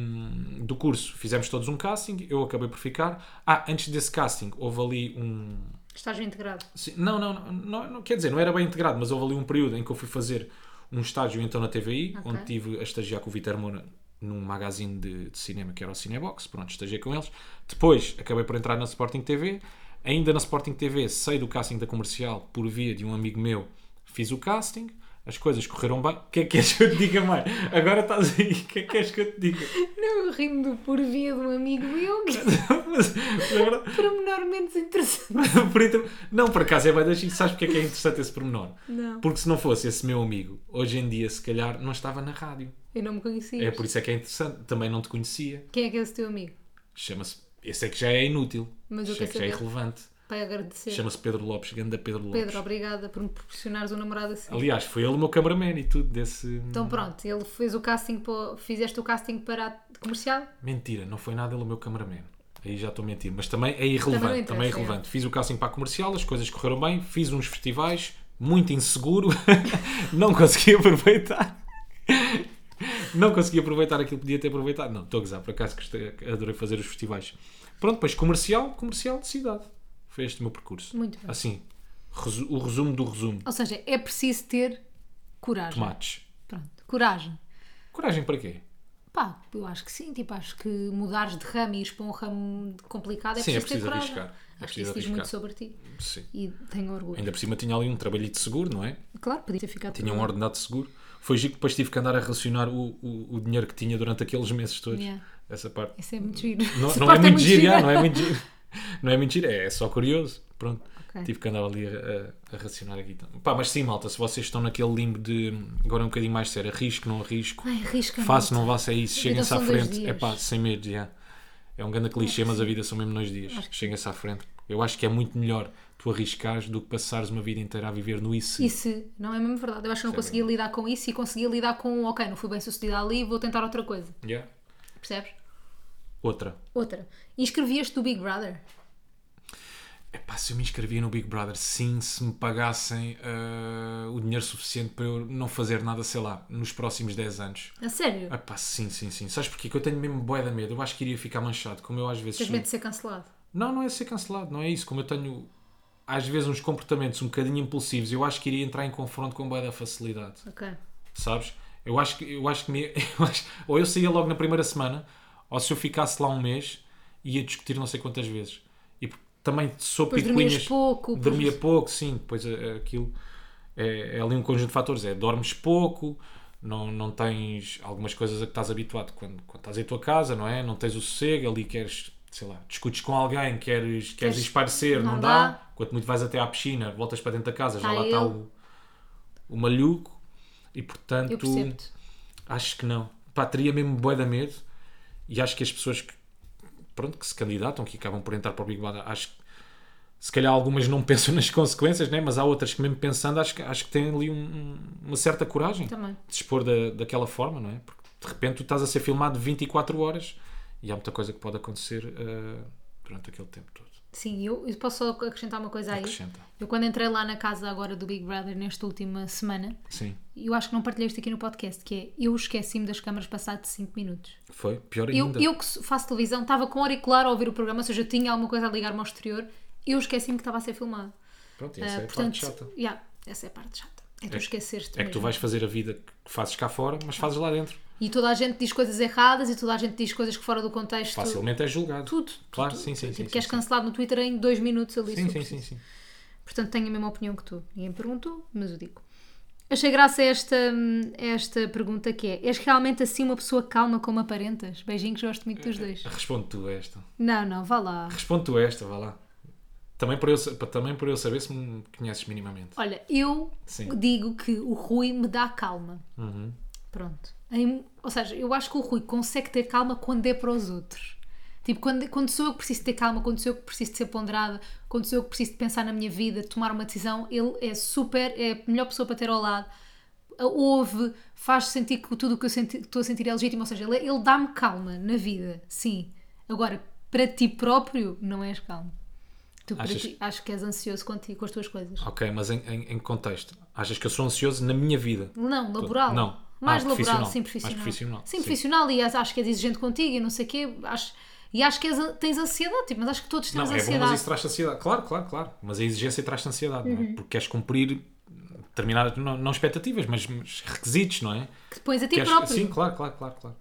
do curso, fizemos todos um casting. Eu acabei por ficar. Ah, antes desse casting, houve ali um.
Estágio integrado.
Sim, não, não, não, não, não, quer dizer, não era bem integrado, mas houve ali um período em que eu fui fazer um estágio então na TVI,
Ok.
onde tive a estagiar com o Vitor Moura num magazine de, de cinema que era o Cinebox, pronto, estagiei com eles. Depois acabei por entrar na Sporting TV, ainda na Sporting TV sei do casting da comercial por via de um amigo meu, fiz o casting. As coisas correram bem. O que é que queres que eu te diga, mãe? Agora estás aí. O que é que queres que eu te diga? [laughs]
Não, eu rimo do por via de um amigo meu que é
Mas, mas agora,
pormenor menos interessante.
[laughs] Por inter- Não, por acaso é bem deixar. Sabes porque é que é interessante esse pormenor?
Não.
Porque se não fosse esse meu amigo, hoje em dia, se calhar, não estava na rádio.
Eu não me conhecia.
É por isso é que é interessante. Também não te conhecia.
Quem é que é esse teu amigo?
Chama-se. Esse é que já é inútil.
Mas eu
Esse é
quero
que já é
saber.
irrelevante.
Para agradecer.
Chama-se Pedro Lopes, ganda Pedro Lopes.
Pedro, obrigada por me proporcionares um namorado assim.
Aliás, foi ele o meu cameraman e tudo desse.
Então pronto, ele fez o casting para, fizeste o casting para a comercial?
Mentira, não foi nada ele o meu cameraman. Aí já estou a mentir, mas também é irrelevante.
Também não
Também,
interessa,
é irrelevante. Fiz o casting para a comercial, as coisas correram bem, fiz uns festivais, muito inseguro, [laughs] não consegui aproveitar. Não consegui aproveitar aquilo que podia ter aproveitado. Não, estou a gozar, por acaso gostei, adorei fazer os festivais. Pronto, depois comercial, comercial de cidade. Foi este o meu percurso.
Muito bem.
Assim, resu- o resumo do resumo.
Ou seja, é preciso ter coragem.
Tomates.
Pronto, coragem.
Coragem para quê?
Pá, eu acho que sim, tipo, acho que mudares de ramo e ires para um ramo complicado é
Sim, é
preciso, ter
preciso
coragem.
arriscar. É
Acho que
preciso
isso diz muito
arriscar.
sobre ti
Sim.
e tenho orgulho.
Ainda por cima tinha ali um trabalho de seguro, não é?
Claro, podia ter ficado
tinha um
por-
ordenado de seguro. Foi giro que depois tive que andar a relacionar o, o, o dinheiro que tinha durante aqueles meses todos.
Yeah.
Essa parte.
Isso é muito giro.
Não,
Essa
não é
parte
muito giro,
gira.
yeah, não é
[laughs]
muito giro. Não é mentira, é só curioso. Pronto,
Ok.
tive que andar ali a, a, a racionar aqui. também. Pá, mas sim, malta, se vocês estão naquele limbo de agora é um bocadinho mais sério, arrisco, não arrisco,
Ai, arrisca
faço,
muito.
não faço, é isso, cheguem-se à
são dois
frente,
dias.
é pá, sem medo, yeah. é um grande clichê, mas a vida são mesmo dois dias, cheguem-se à frente. Eu acho que é muito melhor tu arriscares do que passares uma vida inteira a viver no isso.
E se, não é mesmo verdade. Eu acho que não conseguia lidar com isso e conseguia lidar com, ok, não fui bem sucedida ali, vou tentar outra coisa.
Yeah.
Percebes?
Outra.
Outra. Inscrevias-te do Big Brother.
Epá, se eu me inscrevia no Big Brother, sim, se me pagassem ah, o dinheiro suficiente para eu não fazer nada, sei lá, nos próximos 10 anos.
A sério?
Epá, sim, sim, sim. Sabes porquê? Que eu tenho mesmo boia da medo. Eu acho que iria ficar manchado, como eu às vezes...
Tens medo de ser cancelado.
Não, não é ser cancelado, não é isso. Como eu tenho, às vezes, uns comportamentos um bocadinho impulsivos, eu acho que iria entrar em confronto com boia da facilidade,
Ok.
sabes? Eu acho que, eu acho que me... [laughs] eu acho- Ou eu saía logo na primeira semana, ou se eu ficasse lá um mês, ia discutir não sei quantas vezes. E também sou
Depois
picuinhas...
dormias pouco. depois-
Dormia pouco, sim, depois eh, aquilo é, é ali um conjunto de fatores. É dormes pouco, não, não tens algumas coisas a que estás habituado quando, quando estás em tua casa, não é? Não tens o sossego, ali queres, sei lá, discutes com alguém, queres, queres
Queres-
esparecer, não,
não
dá.
dá.
Quanto muito vais até à piscina, voltas para dentro da casa, já
Tá
lá está
ele.
o, o malhuco e portanto.
Eu percebo-te.
Acho que não. Pá, teria mesmo bué da medo e acho que as pessoas que, pronto, que se candidatam, que acabam por entrar para o Big Brother, acho que se calhar algumas não [laughs] pensam nas consequências, né? mas há outras que mesmo pensando acho que, acho que têm ali um- um- uma certa coragem
Também.
de se expor da, daquela forma, não é? Porque de repente tu estás a ser filmado 24 horas e há muita coisa que pode acontecer eh, durante aquele tempo todo.
Sim, eu, eu posso só acrescentar uma coisa aí.
Acrescenta.
Eu quando entrei lá na casa agora do Big Brother nesta última semana,
Sim,
eu acho que não partilhei isto aqui no podcast, que é eu esqueci-me das câmaras passados 5 minutos.
foi. Pior
Eu,
ainda.
eu que so- faço televisão estava com auricular a ouvir o programa, ou seja, eu tinha alguma coisa a ligar-me ao exterior, eu esqueci-me que estava a ser filmado.
Pronto, e
Ah,
essa é a parte
portanto,
chata.
yeah, essa é a parte chata. É tu esqueceste.
É que tu
mesmo.
vais fazer a vida que fazes cá fora, mas fazes lá dentro.
E toda a gente diz coisas erradas e toda a gente diz coisas que fora do contexto.
Facilmente és julgado.
Tudo.
Claro,
tudo.
sim, sim, sim.
Tipo,
sim,
que és cancelado no Twitter em dois minutos ali.
sim,
se
sim,
eu
sim, sim.
Portanto, tenho a mesma opinião que tu. Ninguém me perguntou, mas eu digo. Achei graça esta, hum, esta pergunta que é: És realmente assim uma pessoa calma como aparentas? Beijinhos, gosto muito dos dois.
Responde tu esta.
Não, não, vá lá.
Responde tu esta, vá lá. Também para eu, sa- para- também para eu saber se me conheces minimamente.
Olha, eu
Sim. Uhum.
digo que o Rui me dá calma. Pronto. Em- ou seja, eu acho que o Rui consegue ter calma quando é para os outros. Tipo, quando, quando sou eu que preciso ter calma, quando sou eu que preciso de ser ponderada, quando sou eu que preciso de pensar na minha vida, de tomar uma decisão, ele é super, é a melhor pessoa para ter ao lado. Ouve, faz sentir que tudo o que eu senti- estou a sentir é legítimo, ou seja, ele, ele dá-me calma na vida, sim. Agora, para ti próprio, não és calmo. Tu, para
Achas-
ti, acho que és ansioso contigo, com as tuas coisas.
Ok, mas em, em, em que contexto? Achas que eu sou ansioso na minha vida?
Não, laboral.
Não.
Mais
Ah,
laboral,
profissional.
sim,
Mais
profissional.
profissional,
Sim,
sim.
profissional e acho que és exigente contigo e não sei o quê. Acho, e acho que és- tens ansiedade, tipo, mas acho que todos
Não,
temos
é bom,
ansiedade. Uhum.
mas isso traz ansiedade. Claro, claro, claro. Mas a exigência traz ansiedade, não é? Porque queres cumprir determinadas, não, não expectativas, mas, mas requisitos, não é?
Que te pões a ti
Queres-
próprio.
Sim, claro, claro, claro, claro.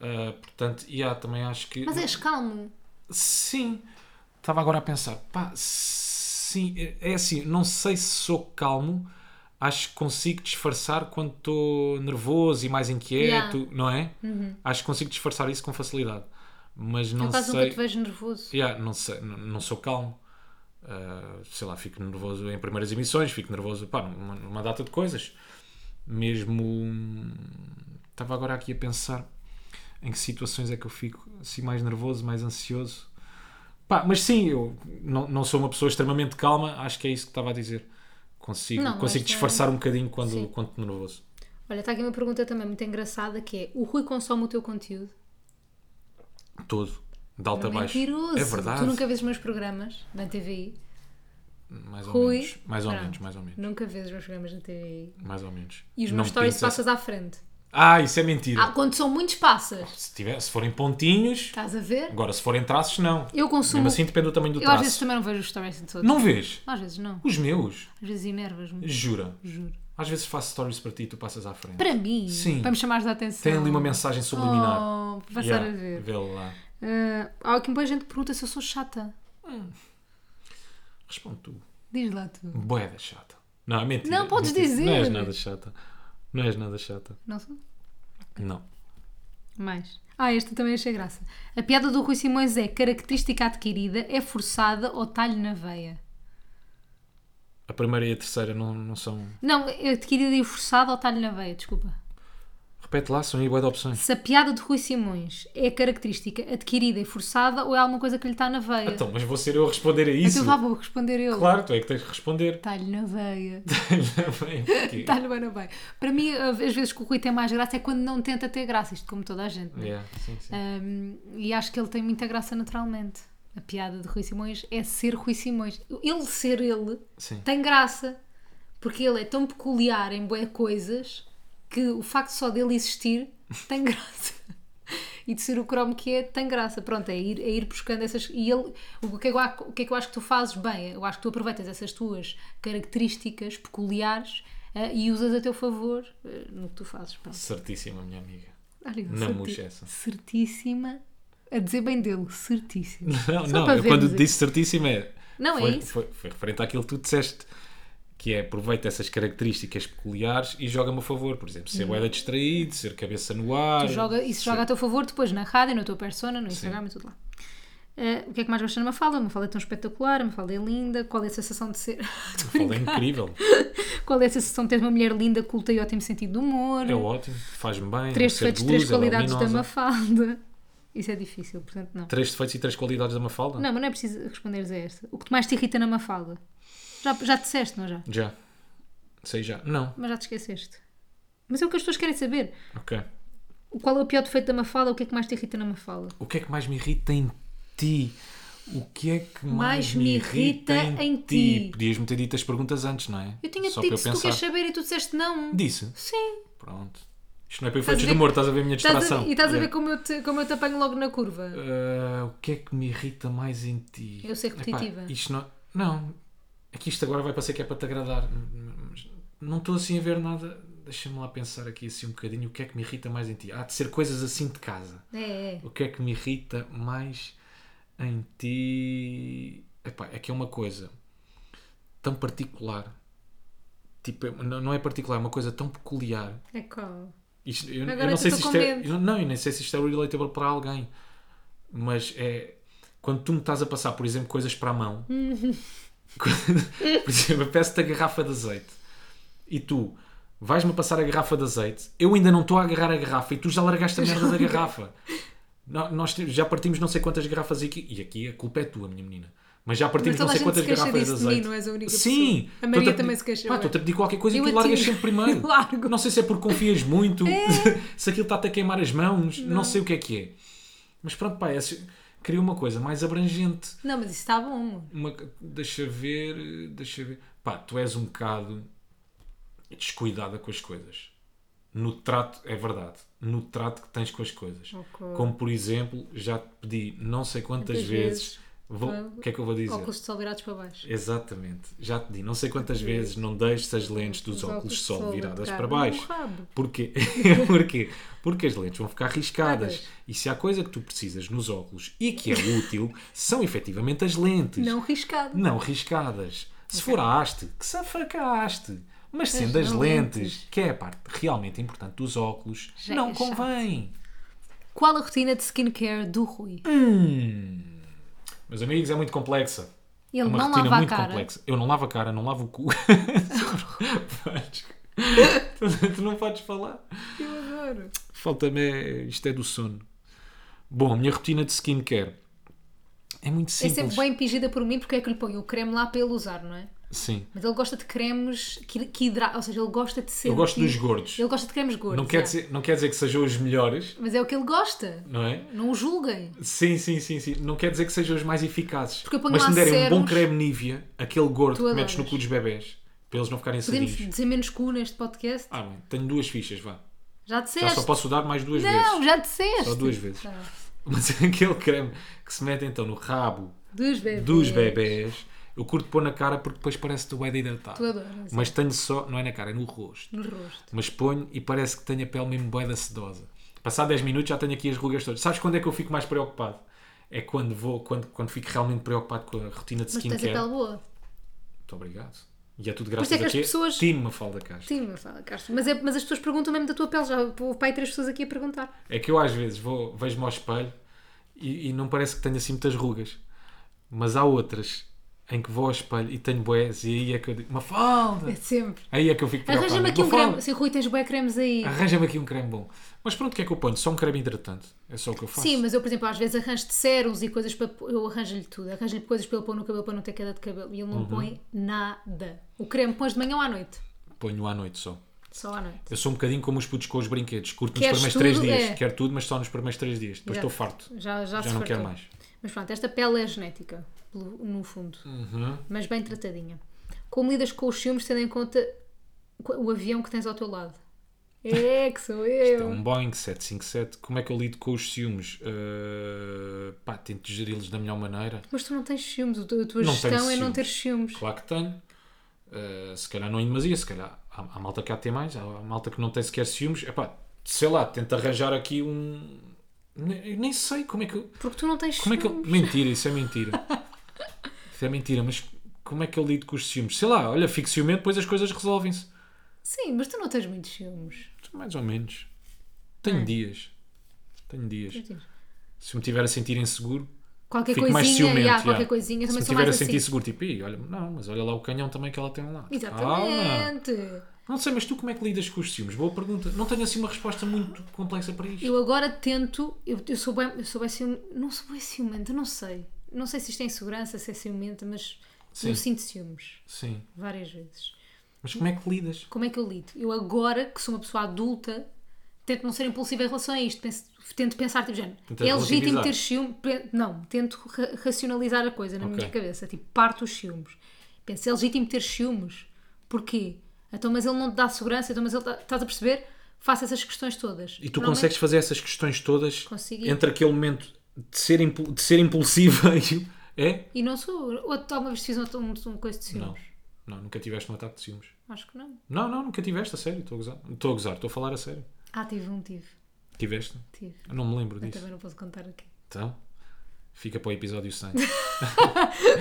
Ah, portanto, e há também acho que.
Mas é és calmo.
Sim. Estava agora a pensar, pá, sim, é- é assim, não sei se sou calmo, acho que consigo disfarçar quando estou nervoso e mais inquieto, não é? Acho que consigo disfarçar isso com facilidade. Mas não
Por acaso nunca
sei.
te vejo nervoso.
Yeah, não, sei não, não sou calmo. Ah, sei lá, fico nervoso em primeiras emissões, fico nervoso pá, numa, numa data de coisas. Mesmo. hum, Estava agora aqui a pensar em que situações é que eu fico assim mais nervoso, mais ansioso. Pá, mas sim, eu não, não sou uma pessoa extremamente calma, acho que é isso que estava a dizer. Consigo,
Não,
consigo
mas, eh,
disfarçar um bocadinho quando
sim.
estou quando estou nervoso.
Olha, está aqui uma pergunta também muito engraçada que é: o Rui consome o teu conteúdo?
Todo. De alta a baixo.
Mentiroso.
É verdade.
Tu nunca vês os meus programas na TVI?
Mais ou
Rui.
menos. Mais ou
Pronto.
menos, mais ou menos.
Nunca vês os meus programas na TVI?
Mais ou menos.
E os
Não
meus stories
penso assim.
passas à frente?
Ah, isso é mentira.
Ah, Tá. quando são muitos passas.
Se, tiver, se forem pontinhos.
Estás a ver?
Agora, se forem traços, não.
Eu consumo.
Mesmo assim, depende do tamanho do
eu às
traço.
vezes também não vejo os stories de todos.
Não vês?
Às vezes não.
Os meus?
Às vezes enervas-me,
Jura.
juro.
Às vezes faço stories para ti e tu passas à frente.
Para mim,
Sim.
para me chamares a atenção.
Tem ali uma mensagem subliminar.
Oh, para passar
Yeah,
a ver.
Vê lá.
Ah, há aqui muita gente que pergunta se eu sou chata.
Responde tu.
Diz lá tu.
Boeda chata. Não, é mentira.
Não podes
Mentira.
dizer.
Não és nada chata. Não és nada chata.
Não sou?
Não.
Mais. Ah, esta também achei graça. A piada do Rui Simões é característica adquirida, é forçada ou talho na veia.
A primeira e a terceira não, não são.
Não, é adquirida e forçada ou talho na veia, desculpa.
Repete lá, são aí boeda opções.
Se a piada de Rui Simões é característica adquirida e forçada ou é alguma coisa que lhe está na veia.
Então, mas vou ser eu a responder a isso.
Então vá, vou responder eu.
Claro, tu é que tens de responder. [laughs]
Talho na veia.
Bem, porquê?
Está-lhe Tá bem, não bem. Para mim, às vezes que o Rui tem mais graça é quando não tenta ter graça, isto como toda a gente. não é?
Yeah, sim, sim.
Um, e acho que ele tem muita graça naturalmente. A piada de Rui Simões é ser Rui Simões. Ele ser ele
Sim.
tem graça, porque ele é tão peculiar em boé coisas que o facto só dele existir tem [laughs] graça. E de ser o cromo que é, tem graça. Pronto, é ir, é ir buscando essas. E ele, o que, é que eu, ac- o que é que eu acho que tu fazes bem? Eu acho que tu aproveitas essas tuas características peculiares eh, e usas a teu favor eh, no que tu fazes. Pronto.
Certíssima, minha [laughs] amiga.
Olha,
Na murcha essa.
Certíssima. A dizer bem dele, certíssima.
[laughs]
Só
Não, não,
para
eu quando
vermos
disse certíssimo é.
Não, é
foi,
isso.
Foi, foi referente àquilo que tu disseste, que é aproveita essas características peculiares e joga-me a favor. Por exemplo, ser boeda distraído, ser cabeça no ar.
Hum. Tu joga, isso joga a teu favor depois na rádio, na tua persona, no Instagram e tudo lá. Eh, o que é que mais gostas de uma fala? Uma fala é tão espetacular, uma fala é linda. Qual é a sensação de ser. [laughs] Estou a
Fala é
brincar.
incrível,
Qual é a sensação de ter uma mulher linda, culta e ótimo sentido de humor?
é ótimo, faz-me bem.
três
é um ser
defeitos,
de
três
luz, ela é
qualidades da
luminosa.
Mafalda. [laughs] Isso é difícil, portanto não.
Três defeitos e três qualidades da Mafalda?
Não, mas não é preciso responderes a esta. O que mais te irrita na Mafalda? Já, já te disseste, não já?
Já. Sei já. Não.
Mas já te esqueceste. Mas é o que as pessoas querem saber.
Ok.
O- Qual é o pior defeito da Mafalda? O que é que mais te irrita na Mafalda?
O que é que mais me irrita em ti? O que é que
Mais
mais,
me irrita em ti?
Podias-me ter dito as perguntas antes, não é?
Eu tinha
Só
te dito
para
se
eu
tu queres
pensar.
saber e tu disseste não.
Disse.
Sim.
Pronto. Isto não é para efeitos
a
de
ver-
humor, estás a ver a minha
Estás a-
distração.
e estás a ver
Yeah.
como eu, te, como eu te apanho logo na curva.
Ah, o que é que me irrita mais em ti?
Eu ser
Epá,
repetitiva.
isto não. Não. É que isto agora vai parecer que é para te agradar. Mas Não estou assim a ver nada. Deixa-me lá pensar aqui assim um bocadinho. O que é que me irrita mais em ti? Há de ser coisas assim de casa.
É, é.
O que é que me irrita mais em ti? Epá, é que é uma coisa tão particular. Tipo, é- não não é particular, é uma coisa tão peculiar.
É qual?
Isto- eu,
Agora
eu não
tu
sei se
estou
isto
com
é,
medo.
eu não, eu nem sei se isto é relatable para alguém. Mas é quando tu me estás a passar, por exemplo, coisas para
[laughs]
a mão. Quando- por exemplo, eu peço-te a garrafa de azeite e tu vais-me passar a garrafa de azeite. Eu ainda não estou a agarrar a garrafa e tu já largaste a merda da garrafa. No- Nós te- já partimos não sei quantas garrafas aqui e aqui a culpa é tua, minha menina. Mas já
Mas
partimos
toda
não
a
sei
gente
quantas
se queixa
garrafas de
disso de mim,
azeite.
não és a única
Sim,
pessoa. A Maria
Estou-te
também
pedir-
se queixa,
Pá,
não é?
estou-te a pedir qualquer coisa e
Eu
tu largas
atiro.
sempre primeiro.
Largo.
Não sei se é porque confias muito, [laughs] se aquilo está-te a queimar as mãos, não. sei o que é que é. Mas pronto, pá, essa- queria uma coisa mais abrangente.
Não, mas isso está bom.
Uma, deixa ver, deixa ver. Pá, tu és um bocado descuidada com as coisas. No trato, é verdade, no trato que tens com as coisas.
Ok.
Como por exemplo, já te pedi não sei quantas
Quantas
vezes.
vezes?
vou-
Ah,
o que é que eu vou dizer?
Óculos de sol virados para baixo.
Exatamente, já te di não sei quantas vezes, não deixes as lentes dos
Os
óculos de sol viradas
cara,
para baixo.
no rabo.
Porquê? [laughs] Porquê? Porque as lentes vão ficar riscadas.
Riscadas.
E se há coisa que tu precisas nos óculos e que é
[laughs]
útil, são efetivamente as lentes.
Não riscado.
Não riscadas. Se for a haste, que safa que a haste. Mas sendo
Mas
as
não
lentes,
lentes.
que é a parte realmente importante dos óculos,
Já
não
é chato.
convém.
Qual a rotina de skincare do Rui?
Hum. Meus amigos, é muito complexa.
Ele
É uma
não
rotina
lava a
muito
cara.
complexa. Eu não lavo a cara, não lavo
[laughs]
o cu. Vasco, [laughs] tu não podes falar.
Eu adoro.
Falta-me. é- Isto é do sono. Bom, a minha rotina de skincare é muito
É
simples.
sempre bem pingida por mim porque é que eu lhe ponho o creme lá para ele usar, não é?
Sim.
Mas ele gosta de cremes que, que hidratam, ou seja, ele gosta de ser.
Eu gosto dos gordos.
Ele gosta de cremes gordos.
Não quer,
é.
dizer, não quer dizer que sejam os melhores,
Mas é o que ele gosta.
não é?
Não o julguem.
Sim, sim, sim, sim. Não quer dizer que sejam os mais eficazes.
Porque eu ponho
Mas se
lá
me derem um bom
sérums.
creme Nivea, aquele gordo
Tu
que metes no
adoras.
cu dos bebés, para eles não ficarem
Podemos
sadios.
dizer menos cu neste podcast?
Ah, bem, tenho duas fichas, vá.
Já
Já
disseste?
só posso dar mais duas vezes.
não, já disseste.
Só duas vezes.
Tá.
Mas [laughs] aquele creme que se mete então no rabo
Dos bebês.
dos bebés, eu curto pôr na cara porque depois parece que tu é de hidratar.
Tu adoras,
Mas tenho só, não é na cara, é no rosto.
No rosto.
Mas ponho e parece que tenho a pele mesmo boeda sedosa. Passado 10 minutos já tenho aqui as rugas todas. Sabes quando é que eu fico mais preocupado? É quando vou, quando, quando fico realmente preocupado com a rotina de
Mas tens a
skincare.
pele boa.
Muito obrigado. E é tudo
isso é
graças
que
a
as
quê?
pessoas-
Time Mafalda Castro.
Sim, mas fala, Castro. Mas, é, mas as pessoas perguntam mesmo da tua pele. Já houve pai três pessoas aqui a perguntar.
É que eu às vezes vou, vejo-me ao espelho e, e não parece que tenho assim muitas rugas. Mas há outras em que vou ao espelho e tenho boés e aí é que eu digo,
É
Mafalda!
sempre.
Aí é que eu fico preocupado.
Arranja-me aqui um
Mafalda,
creme. Se Rui tens bué cremes aí.
Arranja-me aqui um creme bom. Mas pronto, o que é que eu ponho? Só um creme hidratante. É só o que eu faço.
Sim, mas eu, por exemplo, às vezes arranjo de sérums e coisas para. pôr- Eu arranjo-lhe tudo. Arranjo-lhe coisas para ele pôr no cabelo para não ter queda de cabelo. E ele não
Uhum.
põe nada. O creme pões de manhã ou à noite?
Ponho à noite só.
Só à noite.
Eu sou um bocadinho como os putos com os brinquedos. Curto nos
Queres
primeiros três
tudo,
dias.
é.
Quero tudo, mas só nos primeiros três dias. Depois
Já.
estou farto.
Já, já,
Já
se
não
fartou.
quero mais.
Mas pronto, esta pele é genética, pelo- no fundo.
Uhum.
Mas bem tratadinha. Como lidas com os ciúmes, tendo em conta co- o avião que tens ao teu lado? É que
[laughs]
sou
É
eu.
um Boeing 757. Como é que eu lido com os ciúmes? Eh, pá, tento geri-los da melhor maneira.
Mas tu não tens ciúmes. A tua a tua
Não tenho
gestão é não
ciúmes.
ter ciúmes.
Claro que tenho. Uh, se calhar não em demasia, se calhar há, há malta que há de ter mais, há, há malta que não tem sequer ciúmes. Epá, sei lá, tento arranjar aqui um. Ne- Eu nem sei como é que eu.
Porque tu não tens
Como é
ciúmes.
que eu... Mentira, isso é mentira. isso é mentira, mas como é que eu lido com os ciúmes? Sei lá, olha, fico ciumento, depois as coisas resolvem-se.
Sim, mas tu não tens muitos ciúmes.
Mais ou menos. Tenho
É.
dias. Tenho dias. Se me tiver a sentir inseguro,
Qualquer
fico
coisinha,
mais ciumento.
e há
já.
qualquer coisinha,
Se
também
me
sou
tiver
mais
a
assim.
sentir seguro, tipo, "Ih, olha, não, mas olha lá o canhão também que ela tem lá. Calma.
Exatamente.
Não sei, mas tu como é que lidas com os ciúmes? Boa pergunta. Não tenho assim uma resposta muito complexa para isto.
Eu agora tento, eu, eu sou bem, eu sou bem cium- não sou bem ciumenta, não sei. Não sei se isto é insegurança, se é ciumenta, mas
Sim.
eu sinto ciúmes
Sim.
várias vezes.
Mas como é que lidas?
Como é que eu lido? Eu agora, que sou uma pessoa adulta, tento não ser impulsiva em relação a isto. Penso- tento pensar, tipo, género,
Tentas
é legítimo
relativizar.
ter ciúme? Pe- Não, tento ra- racionalizar a coisa na
Ok.
minha cabeça. Tipo, parto os ciúmes. Penso, é legítimo ter ciúmes? Porquê? Então, mas ele não te dá segurança, então, mas ele tá- estás a perceber? Faço essas questões todas.
E tu
Normalmente-
consegues fazer essas questões todas
Consegui.
entre aquele momento de ser, impu- de ser impulsiva [laughs] e o- É?
E não sou. Ou alguma vez fiz um, um, um coisa de ciúmes?
Não. Não, nunca tiveste um ataque de ciúmes.
Acho que não.
Não, não, nunca tiveste, a sério. Estou a gozar. Estou a gozar, estou a falar a sério.
Ah, tive um, tive.
Tiveste?
Tive.
Eu não me lembro
Eu
disso.
também não posso contar aqui.
Então, fica para o
[laughs]
episódio 100.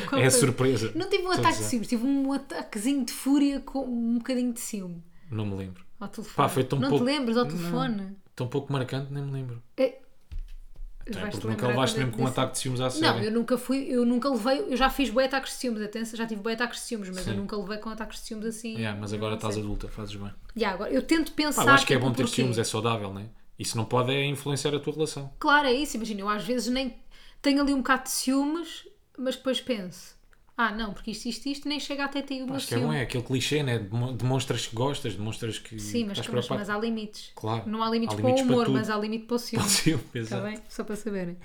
Qual
é
foi?
a surpresa.
Não tive um
Estou a
ataque de
gozar.
ciúmes, tive um ataquezinho de fúria com um bocadinho de ciúme
Não me lembro.
ao telefone.
Pá, foi tão
não
pouco-
te lembras ao
Não.
telefone?
Tão pouco marcante, nem me lembro.
É-
Então, é
Vais-te
porque nunca
lembrar
levaste
quando eu
mesmo com um
disse-
ataque de ciúmes à sério.
Não, eu nunca fui, eu nunca levei, eu já fiz bué ataques de ciúmes, atenção, já tive bué ataques de ciúmes, mas
Sim.
eu nunca levei com ataques de ciúmes assim.
Yeah, mas agora
não
estás
sei.
adulta, fazes bem.
Yeah, agora, eu tento pensar.
Pá, eu acho que é
tipo,
bom ter
porquê.
ciúmes, é saudável, né? Isso não pode é influenciar a tua relação.
Claro, é isso, imagina, eu às vezes nem tenho ali um bocado de ciúmes, mas depois penso, ah não, porque isto, isto, isto nem chega até ter o meu
Acho que é bom,
ciúme.
é aquele clichê, né? Demo- Demonstras que gostas, demonstras que
Sim, mas, é
estás
mas,
preocupado.
mas há limites.
Claro,
Não há limites
há
para o
limites para
humor,
tudo.
mas há limite para o ciúme.
[laughs] Pode ser,
Está
exato.
é bem? Só para saberem.